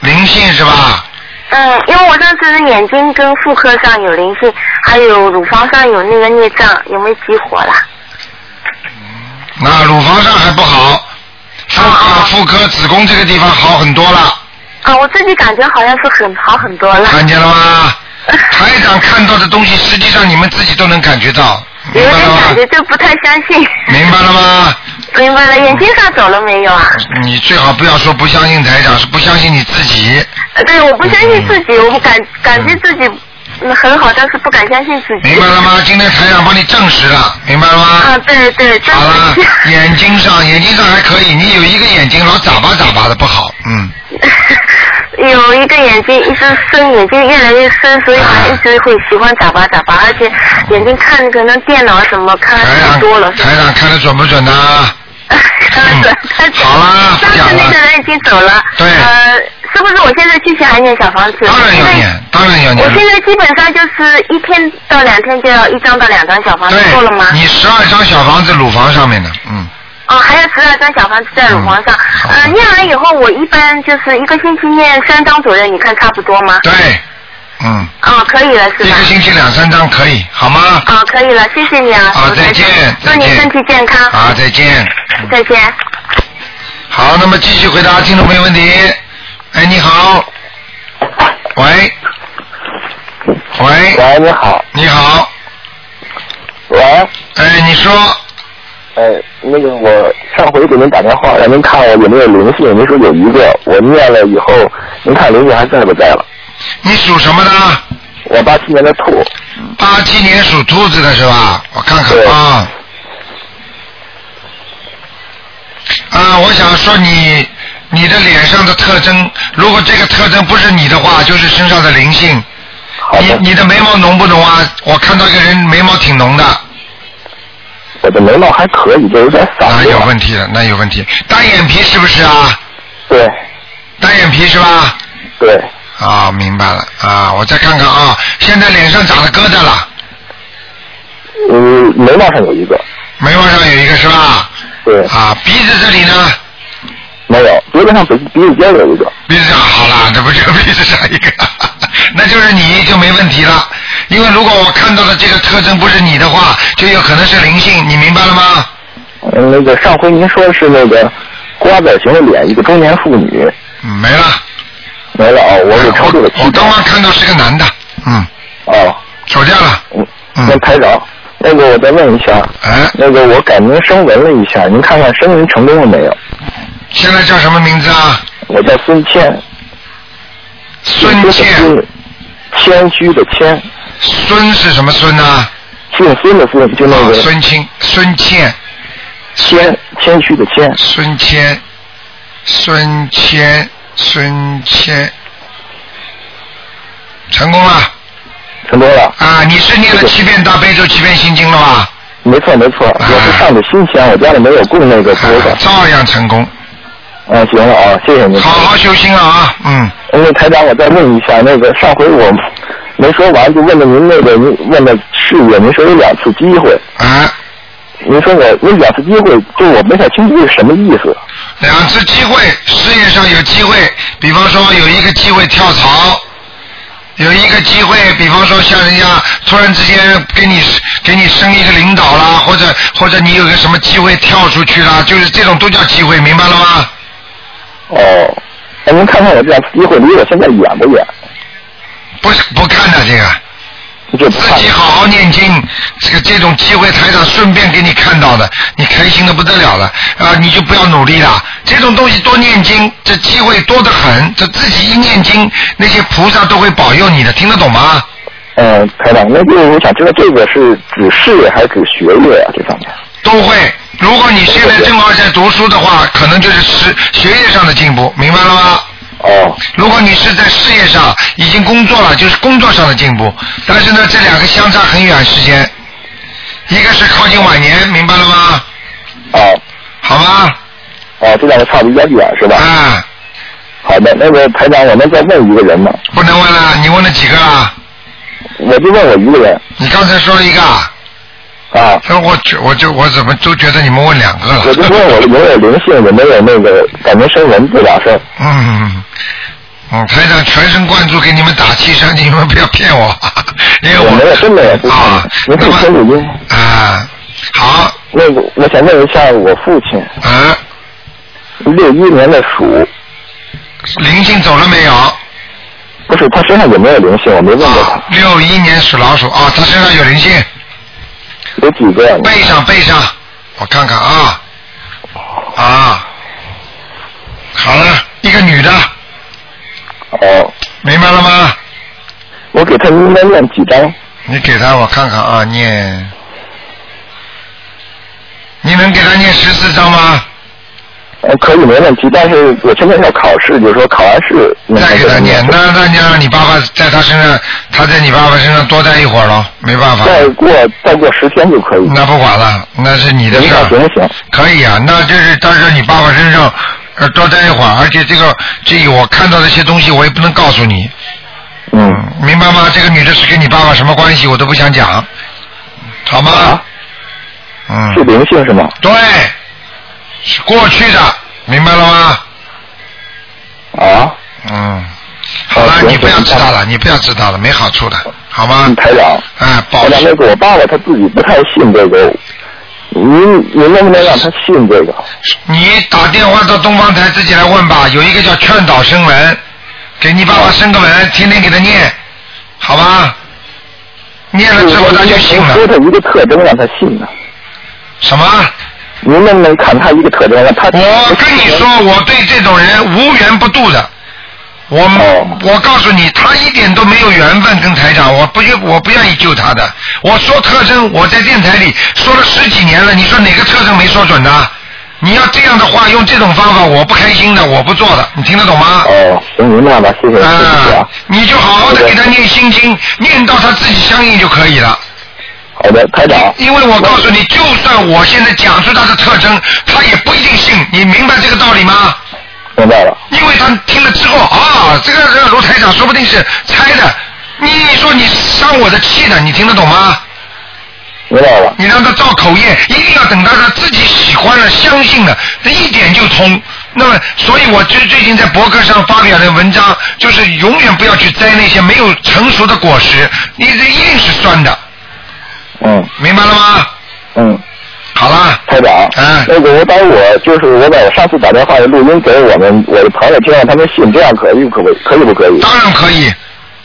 [SPEAKER 1] 灵性是吧？
[SPEAKER 5] 嗯，因为我上次是眼睛跟妇科上有灵性，还有乳房上有那个孽障，有没有激活了？
[SPEAKER 1] 那乳房上还不好，妇科
[SPEAKER 5] 啊
[SPEAKER 1] 妇科子宫这个地方好很多了。
[SPEAKER 5] 啊，我自己感觉好像是很好很多了。
[SPEAKER 1] 看见了吗？台长看到的东西，实际上你们自己都能感觉到，
[SPEAKER 5] 有
[SPEAKER 1] 明白
[SPEAKER 5] 点
[SPEAKER 1] 了吗
[SPEAKER 5] 感？觉，就不太相信。 (laughs)
[SPEAKER 1] 明白了吗？
[SPEAKER 5] 明白了，眼睛上走了没有啊？
[SPEAKER 1] 你最好不要说不相信台长，是不相信你自己，
[SPEAKER 5] 呃对，我不相信自己，我不感感觉自己嗯很好，但是不敢相信自己。
[SPEAKER 1] 明白了吗？今天台长帮你证实了，明白了
[SPEAKER 5] 啊，
[SPEAKER 1] 吗？
[SPEAKER 5] 对对，真
[SPEAKER 1] 好了
[SPEAKER 5] 的是。，
[SPEAKER 1] 眼睛上，眼睛上还可以，你有一个眼睛老眨巴眨巴的不好，嗯，
[SPEAKER 5] (laughs) 有一个眼睛一直深，眼睛越来越深，所以他一直会喜欢眨巴眨巴，而且眼睛看可能电脑什么看
[SPEAKER 1] 台
[SPEAKER 5] 得
[SPEAKER 1] 长
[SPEAKER 5] 啊太多了。
[SPEAKER 1] 台长看得准不准啊呢、哎
[SPEAKER 5] (laughs) 看得看
[SPEAKER 1] 嗯好啦不
[SPEAKER 5] 上
[SPEAKER 1] 讲
[SPEAKER 5] 次
[SPEAKER 1] 了
[SPEAKER 5] 那个人已经走了。
[SPEAKER 1] 对
[SPEAKER 5] 呃，是不是我现在继续还念小房子？
[SPEAKER 1] 当然要
[SPEAKER 5] 因为
[SPEAKER 1] 念，当然要
[SPEAKER 5] 我
[SPEAKER 1] 念。
[SPEAKER 5] 现在基本上就是一天到两天就要一张到两张小房子够了吗
[SPEAKER 1] 对，？你十二张小房子乳房上面的，嗯。
[SPEAKER 5] 哦，还有十二张小房子在乳房上。
[SPEAKER 1] 嗯好
[SPEAKER 5] 呃，念完以后，我一般就是一个星期念三张左右，你看差不多吗？
[SPEAKER 1] 对，嗯，
[SPEAKER 5] 哦，可以了是
[SPEAKER 1] 一
[SPEAKER 5] 吧
[SPEAKER 1] 个？星期两三张可以，好吗？
[SPEAKER 5] 哦，可以了，谢谢你啊，
[SPEAKER 1] 好
[SPEAKER 5] 卢台长
[SPEAKER 1] 再见
[SPEAKER 5] 祝你
[SPEAKER 1] 再见
[SPEAKER 5] 身体健康，
[SPEAKER 1] 好，再见。
[SPEAKER 5] 再见。
[SPEAKER 1] 好，那么继续回答听众朋友问题。哎，你好。喂。喂，
[SPEAKER 7] 喂，你好，
[SPEAKER 1] 你好，
[SPEAKER 7] 喂，
[SPEAKER 1] 哎，你说，
[SPEAKER 7] 呃，那个我上回给您打电话，让您看我有没有灵性，您说有一个，我念了以后，您看灵性还在不在了？
[SPEAKER 1] 你属什么的？
[SPEAKER 7] 我八七年的兔，
[SPEAKER 1] 八七年属兔子的是吧？我看看
[SPEAKER 7] 对
[SPEAKER 1] 啊。啊，我想说你你的脸上的特征，如果这个特征不是你的话，就是身上的灵性。
[SPEAKER 7] 好
[SPEAKER 1] 你
[SPEAKER 7] 的，
[SPEAKER 1] 你的眉毛浓不浓啊？我看到一个人眉毛挺浓的，
[SPEAKER 7] 我的眉毛还可以，就有点散
[SPEAKER 1] 啊那有
[SPEAKER 7] 落。
[SPEAKER 1] 问题了，那有问题。单眼皮是不是啊？
[SPEAKER 7] 对
[SPEAKER 1] 单眼皮是吧？
[SPEAKER 7] 对，
[SPEAKER 1] 啊，明白了啊，我再看看啊，现在脸上长了疙瘩了，
[SPEAKER 7] 嗯，眉毛上有一个，
[SPEAKER 1] 眉毛上有一个是吧？
[SPEAKER 7] 对，
[SPEAKER 1] 啊，鼻子这里呢，
[SPEAKER 7] 没有，脖子上鼻鼻子尖有一个，
[SPEAKER 1] 鼻子上好
[SPEAKER 7] 嗯
[SPEAKER 1] 了，这不就鼻子上一个， (laughs) 那就是你就没问题了。因为如果我看到的这个特征不是你的话，就有可能是灵性，你明白了吗？
[SPEAKER 7] 嗯，那个上回您说是那个瓜子形的脸，一个中年妇女，
[SPEAKER 1] 嗯没了。
[SPEAKER 7] 没了哦，我给超度了
[SPEAKER 1] 啊我
[SPEAKER 7] 七张
[SPEAKER 1] 刚，刚看到是个男的，嗯，
[SPEAKER 7] 哦，
[SPEAKER 1] 吵架了，
[SPEAKER 7] 嗯，那
[SPEAKER 1] 嗯，
[SPEAKER 7] 台长，那个我再问一下，
[SPEAKER 1] 哎，
[SPEAKER 7] 那个我改名声纹了一下，您看看声纹成功了没有？
[SPEAKER 1] 现在叫什么名字啊？
[SPEAKER 7] 我叫孙谦，
[SPEAKER 1] 孙健，，
[SPEAKER 7] 谦虚的谦，
[SPEAKER 1] 孙是什么孙呢、啊？
[SPEAKER 7] 姓孙的孙，就那个
[SPEAKER 1] 哦孙清，孙倩，
[SPEAKER 7] 谦，谦虚的谦，
[SPEAKER 1] 孙谦，孙谦，孙谦，成功了
[SPEAKER 7] 成功了，
[SPEAKER 1] 啊！你是念了七遍大悲咒，七遍心经了吧？
[SPEAKER 7] 没错没错，我是上的新鲜，我家里没有供那个
[SPEAKER 1] 啊
[SPEAKER 7] 菩萨，
[SPEAKER 1] 照样成功，
[SPEAKER 7] 嗯，行了啊，谢谢您。
[SPEAKER 1] 好好修心了啊！嗯，
[SPEAKER 7] 那台长，我再问一下，那个上回我没说完，就问了您那个您问的事业，您说有两次机会，
[SPEAKER 1] 啊，
[SPEAKER 7] 您说我那两次机会，就我没太清楚是什么意思。
[SPEAKER 1] 两次机会，事业上有机会，比方说有一个机会跳槽，有一个机会，比方说像人家突然之间给你给你升一个领导啦，或者或者你有个什么机会跳出去啦，就是这种都叫机会，明白了吗？
[SPEAKER 7] 哦，那您看看我这两次机会离我现在远不远？
[SPEAKER 1] 不是不看的这个，
[SPEAKER 7] 你就不
[SPEAKER 1] 自
[SPEAKER 7] 看
[SPEAKER 1] 己
[SPEAKER 7] 了
[SPEAKER 1] 好好念经，这个这种机会台长顺便给你看到的，你开心的不得了了啊、你就不要努力了。这种东西多念经，这机会多得很，这自己一念经，那些菩萨都会保佑你的，听得懂吗？
[SPEAKER 7] 嗯，台长，那就是我想知道这个是指事业还是指学业啊？这方面。
[SPEAKER 1] 都会。如果你现在正好在读书的话，可能就是学学业上的进步，明白了吗？
[SPEAKER 7] 哦，
[SPEAKER 1] 如果你是在事业上已经工作了，就是工作上的进步。但是呢，这两个相差很远时间，一个是靠近晚年，明白了吗？
[SPEAKER 7] 哦，
[SPEAKER 1] 好吗？
[SPEAKER 7] 哦，这两个差的比较远是吧？
[SPEAKER 1] 啊，
[SPEAKER 7] 好的，那个台长，我能再问一个人吗？
[SPEAKER 1] 不能问了，你问了几个了？
[SPEAKER 7] 我就问我一个人
[SPEAKER 1] 你刚才说了一个啊，
[SPEAKER 7] 啊，
[SPEAKER 1] 所以我觉我就我怎么都觉得你们问两个了？嗯
[SPEAKER 7] 我就问我有没有灵性，有没有那个感觉声纹这两声。
[SPEAKER 1] 嗯，嗯，台长全神贯注给你们打气声，你们不要骗我， (laughs) 因为
[SPEAKER 7] 我没有，真没有，不是
[SPEAKER 1] 啊，
[SPEAKER 7] 您
[SPEAKER 1] 那
[SPEAKER 7] 可以听
[SPEAKER 1] 么
[SPEAKER 7] 录音。
[SPEAKER 1] 啊，好
[SPEAKER 7] 那个，我想问一下我父亲，
[SPEAKER 1] 啊，
[SPEAKER 7] 六一年的鼠，
[SPEAKER 1] 灵性走了没有？啊，
[SPEAKER 7] 不是他身上有没有灵性？我没问过他，
[SPEAKER 1] 六一年属老鼠啊，他身上有灵性，
[SPEAKER 7] 有几个？
[SPEAKER 1] 背上背上，我看看啊啊，好了，一个女的，
[SPEAKER 7] 哦，
[SPEAKER 1] 明白了吗？
[SPEAKER 7] 我给他应该念几张？
[SPEAKER 1] 你给他我看看啊，念，你能给他念十四章吗？
[SPEAKER 7] 呃，可以没问题，但是我现在要考试，就是说考完试能
[SPEAKER 1] 再给他念，那那你让你爸爸在他身上，他在你爸爸身上多待一会儿咯，没办法，
[SPEAKER 7] 再过再过十天就可以。
[SPEAKER 1] 那不管了，那是你的
[SPEAKER 7] 您
[SPEAKER 1] 事
[SPEAKER 7] 看行
[SPEAKER 1] 儿，
[SPEAKER 7] 不行？
[SPEAKER 1] 可以啊，那就是到时候你爸爸身上呃多待一会儿，而且这个这我看到的一些东西我也不能告诉你，
[SPEAKER 7] 嗯，
[SPEAKER 1] 明白吗？这个女的是跟你爸爸什么关系，我都不想讲，好吗？
[SPEAKER 7] 啊是
[SPEAKER 1] 嗯，
[SPEAKER 7] 灵性是吗？
[SPEAKER 1] 对，是过去的，明白了吗？
[SPEAKER 7] 啊，
[SPEAKER 1] 嗯，好了，
[SPEAKER 7] 行
[SPEAKER 1] 你不要
[SPEAKER 7] 行
[SPEAKER 1] 知道了，你不要知道了，没好处的，好吗
[SPEAKER 7] 嗯，？台长，
[SPEAKER 1] 哎，保
[SPEAKER 7] 台长那
[SPEAKER 1] 持
[SPEAKER 7] 个我爸爸他自己不太信这个，您您能不能让他信这个？
[SPEAKER 1] 你打电话到东方台自己来问吧，有一个叫劝导声文，给你爸爸生个文，天天给他念，好吧？念了之
[SPEAKER 7] 嗯
[SPEAKER 1] 后他就信了
[SPEAKER 7] 说他一个特征让他信了。
[SPEAKER 1] 什么？
[SPEAKER 7] 您能不能看他一个特征，让他
[SPEAKER 1] 我跟你说，我对这种人无缘不渡的。我、
[SPEAKER 7] 哦
[SPEAKER 1] 我告诉你，他一点都没有缘分跟台长，我不愿我不愿意救他的。我说特征，我在电台里说了十几年了，你说哪个特征没说准呢？你要这样的话，用这种方法，我不开心的，我不做的，你听得懂吗？
[SPEAKER 7] 哦，行，您那样吧，谢谢，谢谢你啊。
[SPEAKER 1] 你就好好的给他念心经，念到他自己相应就可以了。
[SPEAKER 7] 好的，台长。
[SPEAKER 1] 因为我告诉你，就算我现在讲出他的特征，他也不一定信。你明白这个道理吗？
[SPEAKER 7] 明白了。
[SPEAKER 1] 因为他听了之后啊，这个这个卢台长说不定是猜的。你你说你伤我的气呢，你听得懂吗？
[SPEAKER 7] 明白了。
[SPEAKER 1] 你让他造口业，一定要等到他自己喜欢了、相信了，这一点就通。那么，所以我最最近在博客上发表的文章，就是永远不要去摘那些没有成熟的果实，你这一定是酸的。
[SPEAKER 7] 嗯
[SPEAKER 1] 明白了吗？
[SPEAKER 7] 嗯，
[SPEAKER 1] 好啦，
[SPEAKER 7] 台长。
[SPEAKER 1] 嗯
[SPEAKER 7] 那个，我把我就是我把我上次打电话的录音给我们我的朋友听，让他们信，这样可以可不可以不可以？
[SPEAKER 1] 当然可以，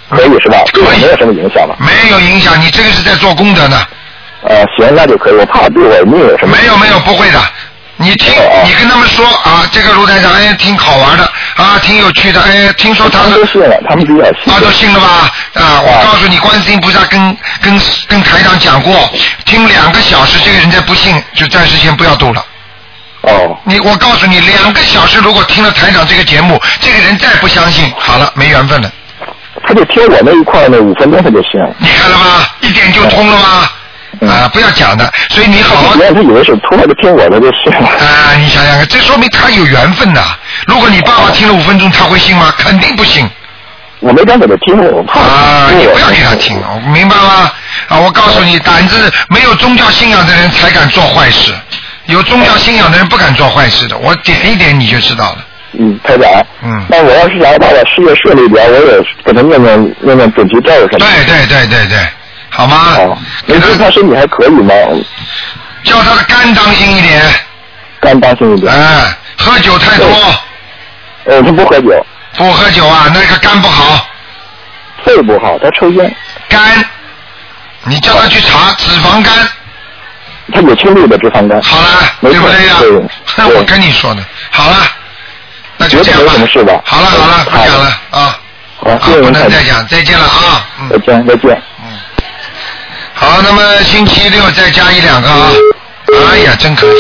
[SPEAKER 7] 可以是吧？
[SPEAKER 1] 可以
[SPEAKER 7] 没有什么影响吧？
[SPEAKER 1] 没有影响，你这个是在做功德呢。
[SPEAKER 7] 呃，行，那就可以。我怕对我命有什么
[SPEAKER 1] 没有没有，不会的。你听
[SPEAKER 7] 哦哦，
[SPEAKER 1] 你跟他们说啊，这个卢台长哎，挺好玩的啊，挺有趣的哎，听说他
[SPEAKER 7] 他们
[SPEAKER 1] 的
[SPEAKER 7] 都信了，他们比较信。
[SPEAKER 1] 啊，都信了吧？啊，我
[SPEAKER 7] 啊
[SPEAKER 1] 告诉你，观世音菩萨跟跟跟台长讲过，听两个小时，这个人家不信，就暂时先不要读了。
[SPEAKER 7] 哦，
[SPEAKER 1] 你我告诉你，两个小时如果听了台长这个节目，这个人再不相信，好了，没缘分了。
[SPEAKER 7] 他就听我那一块儿那五分钟他就信了，
[SPEAKER 1] 你看了吗？一点就通了吗？
[SPEAKER 7] 嗯
[SPEAKER 1] 啊，不要讲的，所以你好好
[SPEAKER 7] 别人他以为是突然就听我的就信了。
[SPEAKER 1] 哦啊，你想想看，这说明他有缘分呐、如果你爸爸听了五分钟，他会信吗？肯定不信
[SPEAKER 7] 我没敢给他听，我怕
[SPEAKER 1] 啊！
[SPEAKER 7] 他
[SPEAKER 1] 你
[SPEAKER 7] 听
[SPEAKER 1] 不要给他听，我明白吗？啊，我告诉你，胆子没有宗教信仰的人才敢做坏事，有宗教信仰的人不敢做坏事的。我点一点你就知道了。
[SPEAKER 7] 嗯，台长。
[SPEAKER 1] 嗯
[SPEAKER 7] 那我要是想把我事业顺利点，我也给他念念念念准提咒什么的。
[SPEAKER 1] 对对对对对，好吗？
[SPEAKER 7] 哦，
[SPEAKER 1] 给
[SPEAKER 7] 您
[SPEAKER 1] 他
[SPEAKER 7] 说他身体还可以吗？
[SPEAKER 1] 叫他的肝当心一点，
[SPEAKER 7] 肝当心一点。
[SPEAKER 1] 哎，喝酒太多，
[SPEAKER 7] 呃，他不喝酒，
[SPEAKER 1] 不喝酒啊，那个肝不好。
[SPEAKER 7] 肺不好，他抽烟，
[SPEAKER 1] 肝，你叫他去查脂肪肝，
[SPEAKER 7] 他有轻度的脂肪肝。
[SPEAKER 1] 好了，
[SPEAKER 7] 没
[SPEAKER 1] 对
[SPEAKER 7] 错
[SPEAKER 1] 不对呀、
[SPEAKER 7] 对对
[SPEAKER 1] 我跟你说的，好了，那就
[SPEAKER 7] 觉
[SPEAKER 1] 这样
[SPEAKER 7] 得没
[SPEAKER 1] 吧
[SPEAKER 7] 什么事吧。
[SPEAKER 1] 好了好了，不讲了啊
[SPEAKER 7] 好，
[SPEAKER 1] 啊，
[SPEAKER 7] 谢谢
[SPEAKER 1] 不
[SPEAKER 7] 您，
[SPEAKER 1] 能
[SPEAKER 7] 台
[SPEAKER 1] 再
[SPEAKER 7] 长。
[SPEAKER 1] 讲，再见了啊。
[SPEAKER 7] 再
[SPEAKER 1] 嗯，
[SPEAKER 7] 见，再见。
[SPEAKER 1] 好，那么星期六再加一两个啊。哎呀，真可惜。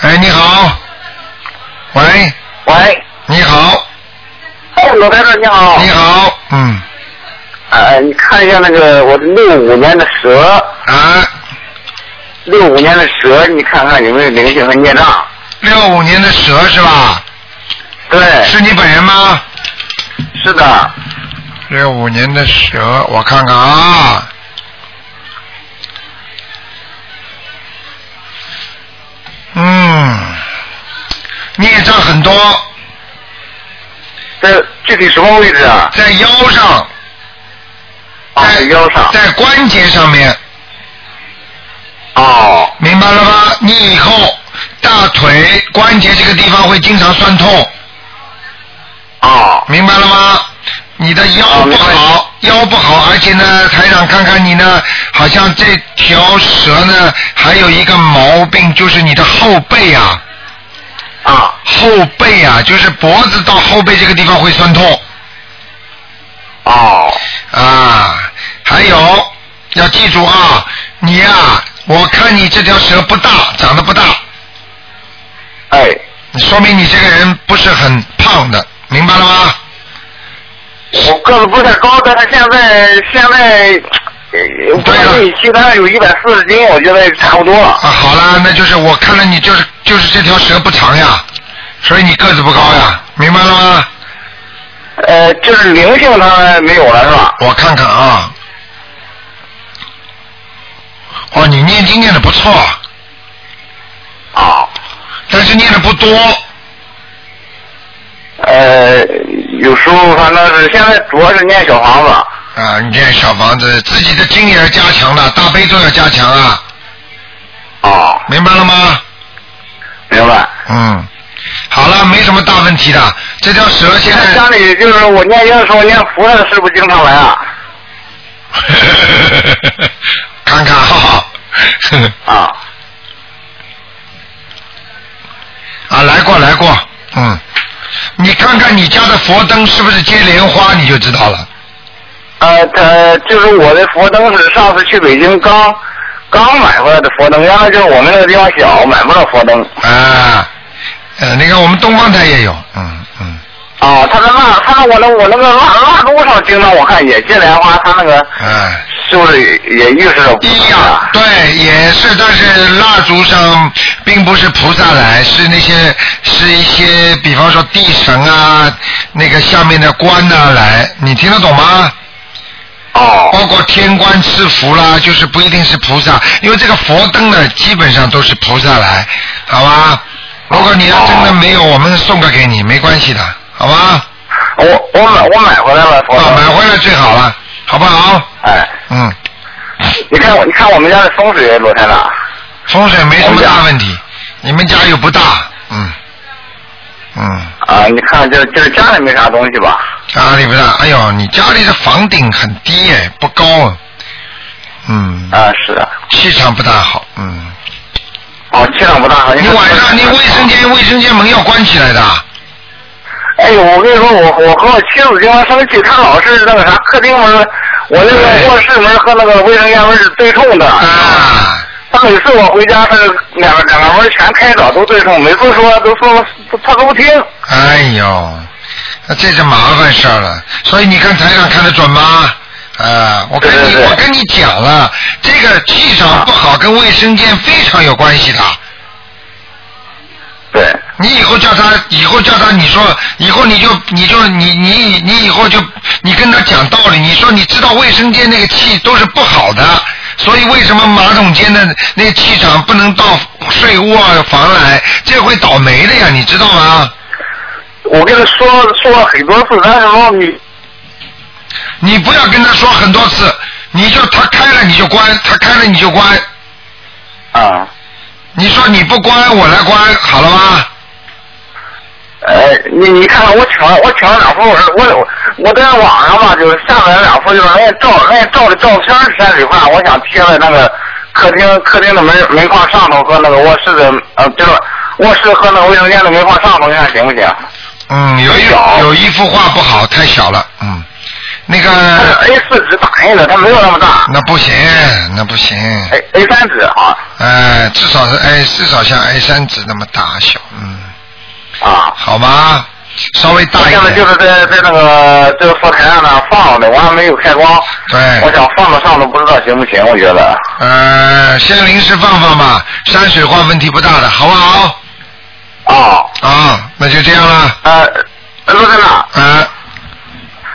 [SPEAKER 1] 哎，你好，喂，
[SPEAKER 8] 喂，
[SPEAKER 1] 你好，
[SPEAKER 8] 哎，罗台长你
[SPEAKER 7] 哦
[SPEAKER 8] 好
[SPEAKER 1] 你好，嗯，
[SPEAKER 8] 呃，你看一下那个我六五年的蛇，
[SPEAKER 1] 啊，
[SPEAKER 8] 六五年的蛇，你看看有没有灵性和孽障？
[SPEAKER 1] 六五年的蛇是吧？
[SPEAKER 8] 对，
[SPEAKER 7] 哎
[SPEAKER 1] 是你本人吗？
[SPEAKER 8] 是的，
[SPEAKER 1] 六五年的蛇，我看看啊。嗯，孽障很多，
[SPEAKER 8] 这具体什么位置啊？
[SPEAKER 1] 在腰上，
[SPEAKER 8] 啊，
[SPEAKER 1] 在
[SPEAKER 8] 腰上。
[SPEAKER 1] 在关节上面，
[SPEAKER 8] 哦，
[SPEAKER 1] 明白了吗？你以后大腿关节这个地方会经常酸痛，
[SPEAKER 8] 哦，
[SPEAKER 1] 明白了吗？你的腰
[SPEAKER 8] 哦
[SPEAKER 1] 不
[SPEAKER 8] 明白
[SPEAKER 1] 好，腰不好，而且呢，台长看看你呢，好像这条蛇呢，还有一个毛病，就是你的后背啊，
[SPEAKER 8] 啊，
[SPEAKER 1] 后背啊，就是脖子到后背这个地方会酸痛
[SPEAKER 8] 哦，
[SPEAKER 1] 啊。还有，要记住啊，你呀、我看你这条蛇不大，长得不大，
[SPEAKER 8] 哎，
[SPEAKER 1] 说明你这个人不是很胖的，明白了吗？
[SPEAKER 8] 我个子不太高，但是现在现在，呃，不
[SPEAKER 1] 对了
[SPEAKER 8] 太一七，但是有一百四十斤，我觉得差不多了。
[SPEAKER 1] 啊，好啦，那就是我看了你就是就是这条蛇不长呀，所以你个子不高呀，明白了吗？
[SPEAKER 8] 呃，就是灵性它没有了是吧？
[SPEAKER 1] 我看看啊，哦，你念经念的不错，
[SPEAKER 8] 啊，
[SPEAKER 1] 但是念的不多，啊
[SPEAKER 8] 呃，有时候反正是现在主要是念小房子。
[SPEAKER 1] 啊，你这小房子自己的经也要加强了，大悲咒要加强啊，
[SPEAKER 8] 哦，
[SPEAKER 3] 啊
[SPEAKER 1] 明白了吗？
[SPEAKER 8] 明白。
[SPEAKER 1] 嗯，好了，没什么大问题的。这条蛇现
[SPEAKER 8] 现在
[SPEAKER 1] 在
[SPEAKER 8] 家里就是我念经的时候，念菩萨是不是经常来啊？
[SPEAKER 1] (laughs) 看看，哈哈。
[SPEAKER 3] 啊。
[SPEAKER 1] 啊，来过来过，嗯，你看看你家的佛灯是不是接莲花，你就知道了。
[SPEAKER 3] 呃，他就是我的佛灯是上次去北京刚刚买回来的佛灯，原来就是我们那个地方小，买不到佛灯。
[SPEAKER 1] 啊，呃，那个我们东方台也有，嗯嗯，
[SPEAKER 3] 啊，他那蜡，他那我那我那个蜡蜡烛上经常我看也接莲花，他那个
[SPEAKER 1] 哎、
[SPEAKER 3] 是不是也预示着不
[SPEAKER 1] 一
[SPEAKER 3] 是啊
[SPEAKER 1] 样，对，也是，但是蜡烛上并不是菩萨来，是那些是一些，比方说地神啊，那个下面的官呐、来，你听得懂吗？
[SPEAKER 3] 哦
[SPEAKER 1] 包括天官赐福啦，就是不一定是菩萨，因为这个佛灯呢，基本上都是菩萨来，好吧？如果你要真的没有，我们送个给你，没关系的，好吧？
[SPEAKER 7] 哦
[SPEAKER 3] 我我买我买回来了佛
[SPEAKER 1] 啊，买
[SPEAKER 3] 灯，
[SPEAKER 1] 回来最好了，好不好？
[SPEAKER 3] 哎，
[SPEAKER 1] 嗯，
[SPEAKER 3] 你看我你看我们家的风水罗台长，
[SPEAKER 1] 风水没什么大问题，你们家又不大，嗯，嗯，
[SPEAKER 3] 啊，你看就是就是家里没啥东西吧？
[SPEAKER 1] 家里不大，哎呦，你家里的房顶很低哎，不高啊，嗯，
[SPEAKER 3] 啊，是的，
[SPEAKER 1] 气场不大好，嗯，
[SPEAKER 3] 哦，气场不大
[SPEAKER 7] 啊
[SPEAKER 3] 好。
[SPEAKER 1] 你晚上你卫生间卫生间门要关起来的啊，
[SPEAKER 3] 哎呦，我跟你说，我我和我妻子经常生气，她老是那个啥，客厅门，我那
[SPEAKER 1] 对
[SPEAKER 3] 个卧室门和那个卫生间门是对冲的。
[SPEAKER 1] 啊
[SPEAKER 3] 她每次我回家，她两个两个门全开着，都对冲，每次说都说她都不听。
[SPEAKER 1] 哎呦，那这是麻烦事儿了。所以你看台上看得准吗？啊，我跟你
[SPEAKER 3] 对对对
[SPEAKER 1] 我跟你讲了，这个气场不好跟卫生间非常有关系的。
[SPEAKER 3] 对，
[SPEAKER 1] 你以后叫他，以后叫他，你说，以后你就你就你你你以后就你跟他讲道理，你说你知道卫生间那个气都是不好的，所以为什么马桶间的那气场不能到睡卧房来，这会倒霉的呀，你知道吗？
[SPEAKER 3] 我跟她说说了很多次，但是说你
[SPEAKER 1] 你不要跟他说很多次，你就他开了你就关，他开了你就关，
[SPEAKER 3] 啊，
[SPEAKER 1] 你说你不关我来关，好了吗？
[SPEAKER 3] 呃，你你看看我请了我请了两幅，我我我在网上吧，就是下载了两幅，就是人家照人家照的照片是山水画，我想贴在那个客厅客厅的门门框上头和那个卧室的呃，就是卧室和那个卫生间的门框上头，你看行不行？
[SPEAKER 1] 嗯，有一
[SPEAKER 3] 小
[SPEAKER 1] 有一幅画不好，太小了，嗯，那
[SPEAKER 3] 它是
[SPEAKER 1] 个
[SPEAKER 3] A 四纸打印的，它没有那么大
[SPEAKER 1] 那不行，那不行，
[SPEAKER 3] ，A A 三纸啊
[SPEAKER 1] 呃，至少是哎，至少像 A 三纸那么大小，嗯，
[SPEAKER 3] 啊。
[SPEAKER 1] 好吗？稍微
[SPEAKER 3] 我
[SPEAKER 1] 大一
[SPEAKER 3] 现在
[SPEAKER 1] 点，
[SPEAKER 3] 就是在在那个这个佛台上呢放的，我还没有开光，我
[SPEAKER 1] 对，
[SPEAKER 3] 想放到上头，不知道行不行？我觉得
[SPEAKER 1] 呃，先临时放放吧，山水画问题不大的，好不好？
[SPEAKER 3] 啊，
[SPEAKER 1] 啊，那就这样了，
[SPEAKER 3] 呃，陆队长。
[SPEAKER 1] 啊，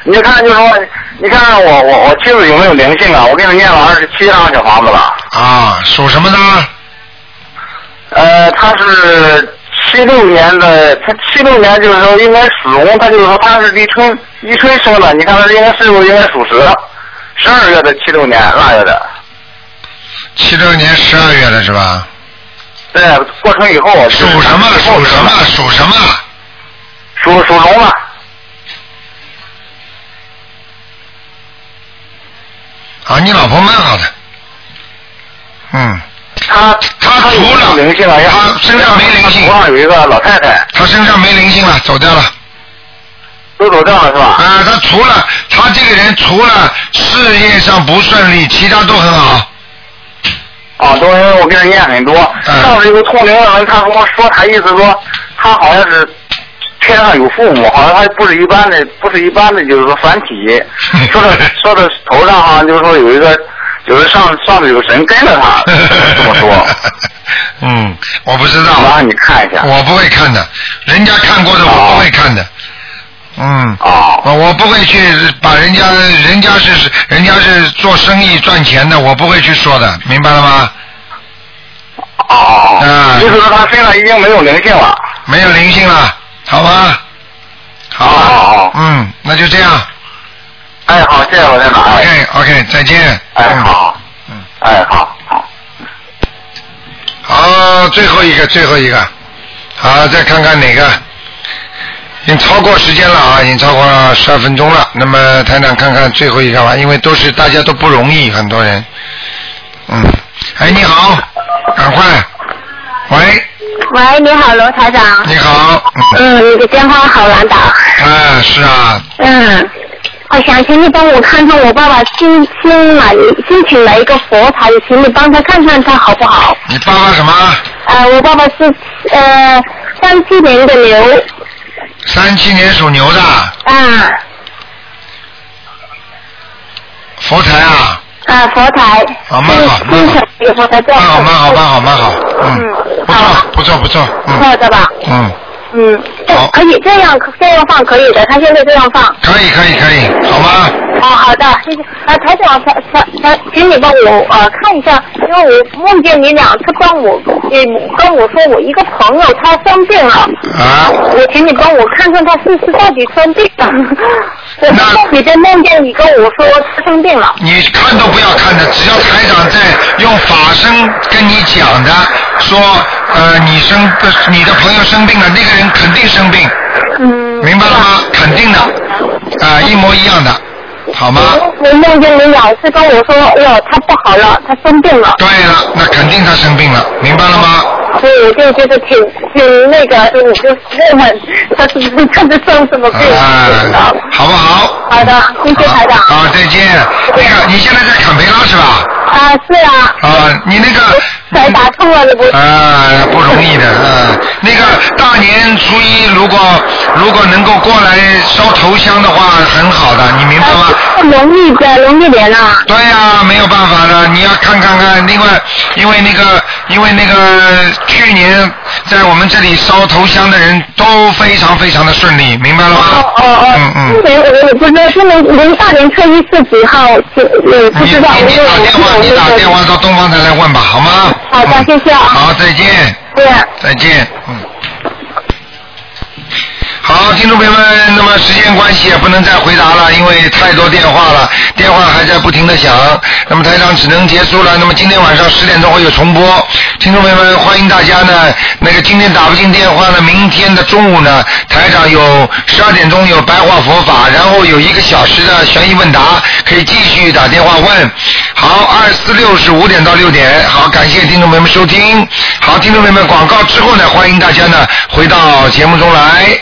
[SPEAKER 3] 你看，就说，你看看我我我妻子有没有灵性啊？我给她念了二十七张小房子了，
[SPEAKER 1] 啊，属什么呢？
[SPEAKER 3] 呃，她是七六年的，她七六年就是说应该属龙，她就是说她是立春立春生的，你看她应该是不是应该属蛇？十二月的七六年腊月的，
[SPEAKER 1] 七六年十二月的是吧？
[SPEAKER 3] 对，过春以后
[SPEAKER 1] 属什么？属什么？？属什么？
[SPEAKER 3] 属属龙了，
[SPEAKER 1] 啊，你老婆蛮好的，嗯，
[SPEAKER 3] 她
[SPEAKER 1] 她
[SPEAKER 3] 她有没
[SPEAKER 1] 除
[SPEAKER 3] 有
[SPEAKER 1] 了
[SPEAKER 3] 灵性啊？
[SPEAKER 1] 她身上没灵性
[SPEAKER 3] 她头上有一个老太太，
[SPEAKER 1] 她身上没灵性了，走掉了。
[SPEAKER 3] 都走掉了是吧？
[SPEAKER 1] 啊，他除了他这个人除了事业上不顺利，其他都很 (laughs) 好。
[SPEAKER 3] 啊，都因为我跟人念很多。
[SPEAKER 1] 嗯
[SPEAKER 3] 上次有个通灵的人，他跟我说，他意思说，他好像是天上有父母，好像他不是一般的，不是一般的，就是说凡
[SPEAKER 1] (laughs)
[SPEAKER 3] 体。说的说的头上好像就是说有一个，就是上上面有个神跟
[SPEAKER 1] (laughs)
[SPEAKER 3] 着他，这么说。
[SPEAKER 1] 嗯，我不知
[SPEAKER 3] 麻
[SPEAKER 1] 道，
[SPEAKER 3] 烦你看一下。
[SPEAKER 1] 我不会看的，人家看过的我不会看的。嗯，
[SPEAKER 3] 哦
[SPEAKER 1] 我我不会去把人家，人家是人家是做生意赚钱的，我不会去说的，明白了吗？
[SPEAKER 3] 哦哦
[SPEAKER 1] 嗯
[SPEAKER 3] 哦，意思说他身上已经没有灵性了。
[SPEAKER 1] 没有灵性了，好吗？好
[SPEAKER 3] 哦哦
[SPEAKER 1] 了
[SPEAKER 3] 哦，
[SPEAKER 1] 嗯，那就这样。
[SPEAKER 3] 哎，好，谢谢我太太。哎
[SPEAKER 1] OK OK，再见。
[SPEAKER 3] 哎，
[SPEAKER 1] 嗯
[SPEAKER 3] 好，
[SPEAKER 1] 嗯，
[SPEAKER 3] 哎，好，好，
[SPEAKER 1] 好，最后一个，最后一个，好，再看看哪个。已经超过时间了啊，已经超过了十二分钟了。那么台长看看最后一个吧，因为都是大家都不容易，很多人。嗯，哎，你好，赶快，喂，
[SPEAKER 6] 喂，你好，罗台长。
[SPEAKER 1] 你好，
[SPEAKER 6] 嗯，你的电话好难打。
[SPEAKER 1] 啊，是啊，
[SPEAKER 6] 嗯，我想请你帮我看看我爸爸新新买新请了一个佛台，请你帮他看看他好不好？
[SPEAKER 1] 你爸爸什么？
[SPEAKER 6] 呃，我爸爸是呃三七年的牛，
[SPEAKER 1] 三七年属牛的嗯
[SPEAKER 6] 啊
[SPEAKER 1] 佛台啊，
[SPEAKER 6] 啊佛台，
[SPEAKER 1] 啊，蛮好，
[SPEAKER 6] 嗯
[SPEAKER 1] 蛮好，
[SPEAKER 6] 有佛台
[SPEAKER 1] 蛮
[SPEAKER 6] 在，
[SPEAKER 1] 好，蛮好，蛮好，蛮好，嗯，不错，不错，不错，嗯，
[SPEAKER 6] 嗯好的吧？
[SPEAKER 1] 嗯，
[SPEAKER 6] 嗯，
[SPEAKER 1] 好
[SPEAKER 6] 可以这样这样放可以的，他现在这样放。
[SPEAKER 1] 可以，可以，可以，好吗？
[SPEAKER 6] 哦，好的，谢谢。呃，台长，台台台，请你帮我呃看一下，因为我梦见你两次帮我，呃，跟我说我一个朋友他生病了，
[SPEAKER 1] 啊，
[SPEAKER 6] 我请你帮我看看他是不是到底生病
[SPEAKER 1] (laughs)
[SPEAKER 6] 了。我梦里边梦见你跟我说他生病了。
[SPEAKER 1] 你看都不要看的，只要台长在用法身跟你讲的，说呃你生不是你的朋友生病了，那个人肯定生病，
[SPEAKER 6] 嗯，
[SPEAKER 1] 明白了吗？肯定的，啊、一模一样的，好吗？
[SPEAKER 6] 我梦见你两次跟我说，哇，他不好了，他生病了，
[SPEAKER 1] 对了，那肯定他生病了，明白了吗？
[SPEAKER 6] 所以我就觉得挺挺那个，我就问问他是不是真的生什么病。
[SPEAKER 1] 啊，好不好？
[SPEAKER 6] 好的，谢谢台长。
[SPEAKER 1] 好，再见。那个，你现在在坎培拉是吧？
[SPEAKER 6] 啊，是啊。
[SPEAKER 1] 啊，你那个
[SPEAKER 6] 才打通了，这不
[SPEAKER 1] 啊，不容易的，嗯，那个大年初一如果如果能够过来烧头香的话，很好的，你
[SPEAKER 6] 啊
[SPEAKER 1] 明白吗？
[SPEAKER 6] 农历的农历年啊，
[SPEAKER 1] 对呀、没有办法的，你要看看看。另外，因为那个，因为那个去年在我们这里烧头香的人都非常非常的顺利，明白了吗？
[SPEAKER 6] 哦哦，
[SPEAKER 1] 嗯嗯。
[SPEAKER 6] 今年我我不知道，今年零大年初一是几号？这我不
[SPEAKER 1] 你
[SPEAKER 6] 知道，因
[SPEAKER 1] 你
[SPEAKER 6] 为
[SPEAKER 1] 你打电话，
[SPEAKER 6] 我
[SPEAKER 1] 你
[SPEAKER 6] 我
[SPEAKER 1] 打电话
[SPEAKER 6] 这
[SPEAKER 1] 到东方台来问吧，好吗？
[SPEAKER 6] 好的
[SPEAKER 1] 嗯
[SPEAKER 6] 谢谢啊
[SPEAKER 1] 好，再见。
[SPEAKER 6] 个对啊。
[SPEAKER 1] 再见，嗯。好，听众朋友们，那么时间关系也不能再回答了，因为太多电话了，电话还在不停的响，那么台长只能结束了。那么今天晚上十点钟会有重播，听众朋友们，欢迎大家呢，那个今天打不进电话呢，明天的中午呢，台长有十二点钟有白话佛法，然后有一个小时的悬疑问答，可以继续打电话问。好，二四六是五点到六点。好，感谢听众朋友们收听。好，听众朋友们，广告之后呢，欢迎大家呢回到节目中来。